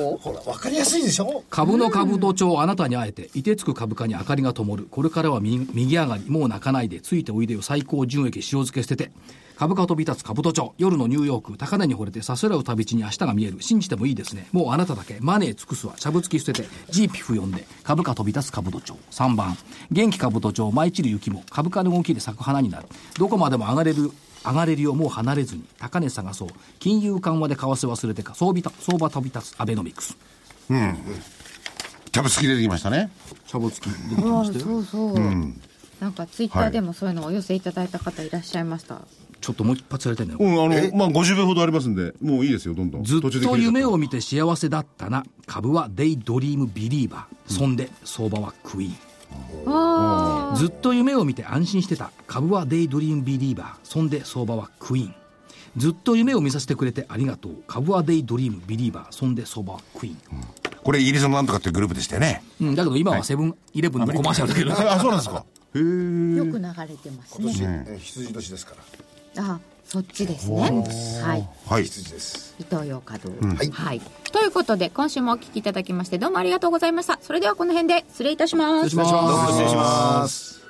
[SPEAKER 1] 港
[SPEAKER 2] ほら、わかりやすいでしょ
[SPEAKER 12] 株の株と帳あなたに会えて、いてつく株価に明かりが灯る。これからは右右上がり、もう泣かないで、ついておいでよ、最高純益、塩漬け捨てて。株価を飛び立つ株と帳夜のニューヨーク、高値に惚れて、さすらう旅路に明日が見える。信じてもいいですね。もうあなただけ、マネー尽くすわ、しゃぶつき捨てて、ジーピフ呼んで、株価飛び立つ株と帳3番、元気株と帳舞い散る雪も、株価の動きで咲く花になる。どこまでも上がれる、上がれるよもう離れずに、高値探そう。金融緩和で為替忘れてか、相場相場飛び立つアベノミクス。
[SPEAKER 4] キャブ付き出てきましたね。
[SPEAKER 12] しゃぶつき出てきましたよ。
[SPEAKER 1] そうそう、なんかツイッターでもそういうのをお寄せいただいた方いらっしゃいました、
[SPEAKER 12] ちょっともう一発やりたいんだよ
[SPEAKER 4] う。ん、あの、まあ、50秒ほどありますんで、もういいですよ、どんどん。
[SPEAKER 12] ずっ
[SPEAKER 4] 途中で
[SPEAKER 12] と夢を見て幸せだったな。株はデイドリームビリーバー。そんで、相場はクイーン。ずっと夢を見て安心してた。株はデイドリームビリーバー。そんで、相場はクイーン。ずっと夢を見させてくれてありがとう。株はデイドリームビリーバー。そんで、相場はクイーン。
[SPEAKER 4] これ、イギリスのなんとかっていうグループでしたよね。
[SPEAKER 12] うん、だけど今はセブンイレブンのコマーシャルだけど。
[SPEAKER 4] あ、そうなんですか。へえ。
[SPEAKER 1] よく流れてます
[SPEAKER 2] 今
[SPEAKER 1] ね
[SPEAKER 2] 年、え羊年ですから。
[SPEAKER 1] あそっちですねはい
[SPEAKER 4] はい。
[SPEAKER 2] 羊です。
[SPEAKER 1] 伊東洋華堂、
[SPEAKER 2] はい
[SPEAKER 1] はい、ということで今週もお聞きいただきましてどうもありがとうございましたそれではこの辺で失礼いたします
[SPEAKER 12] 失礼します。
[SPEAKER 2] 失礼します。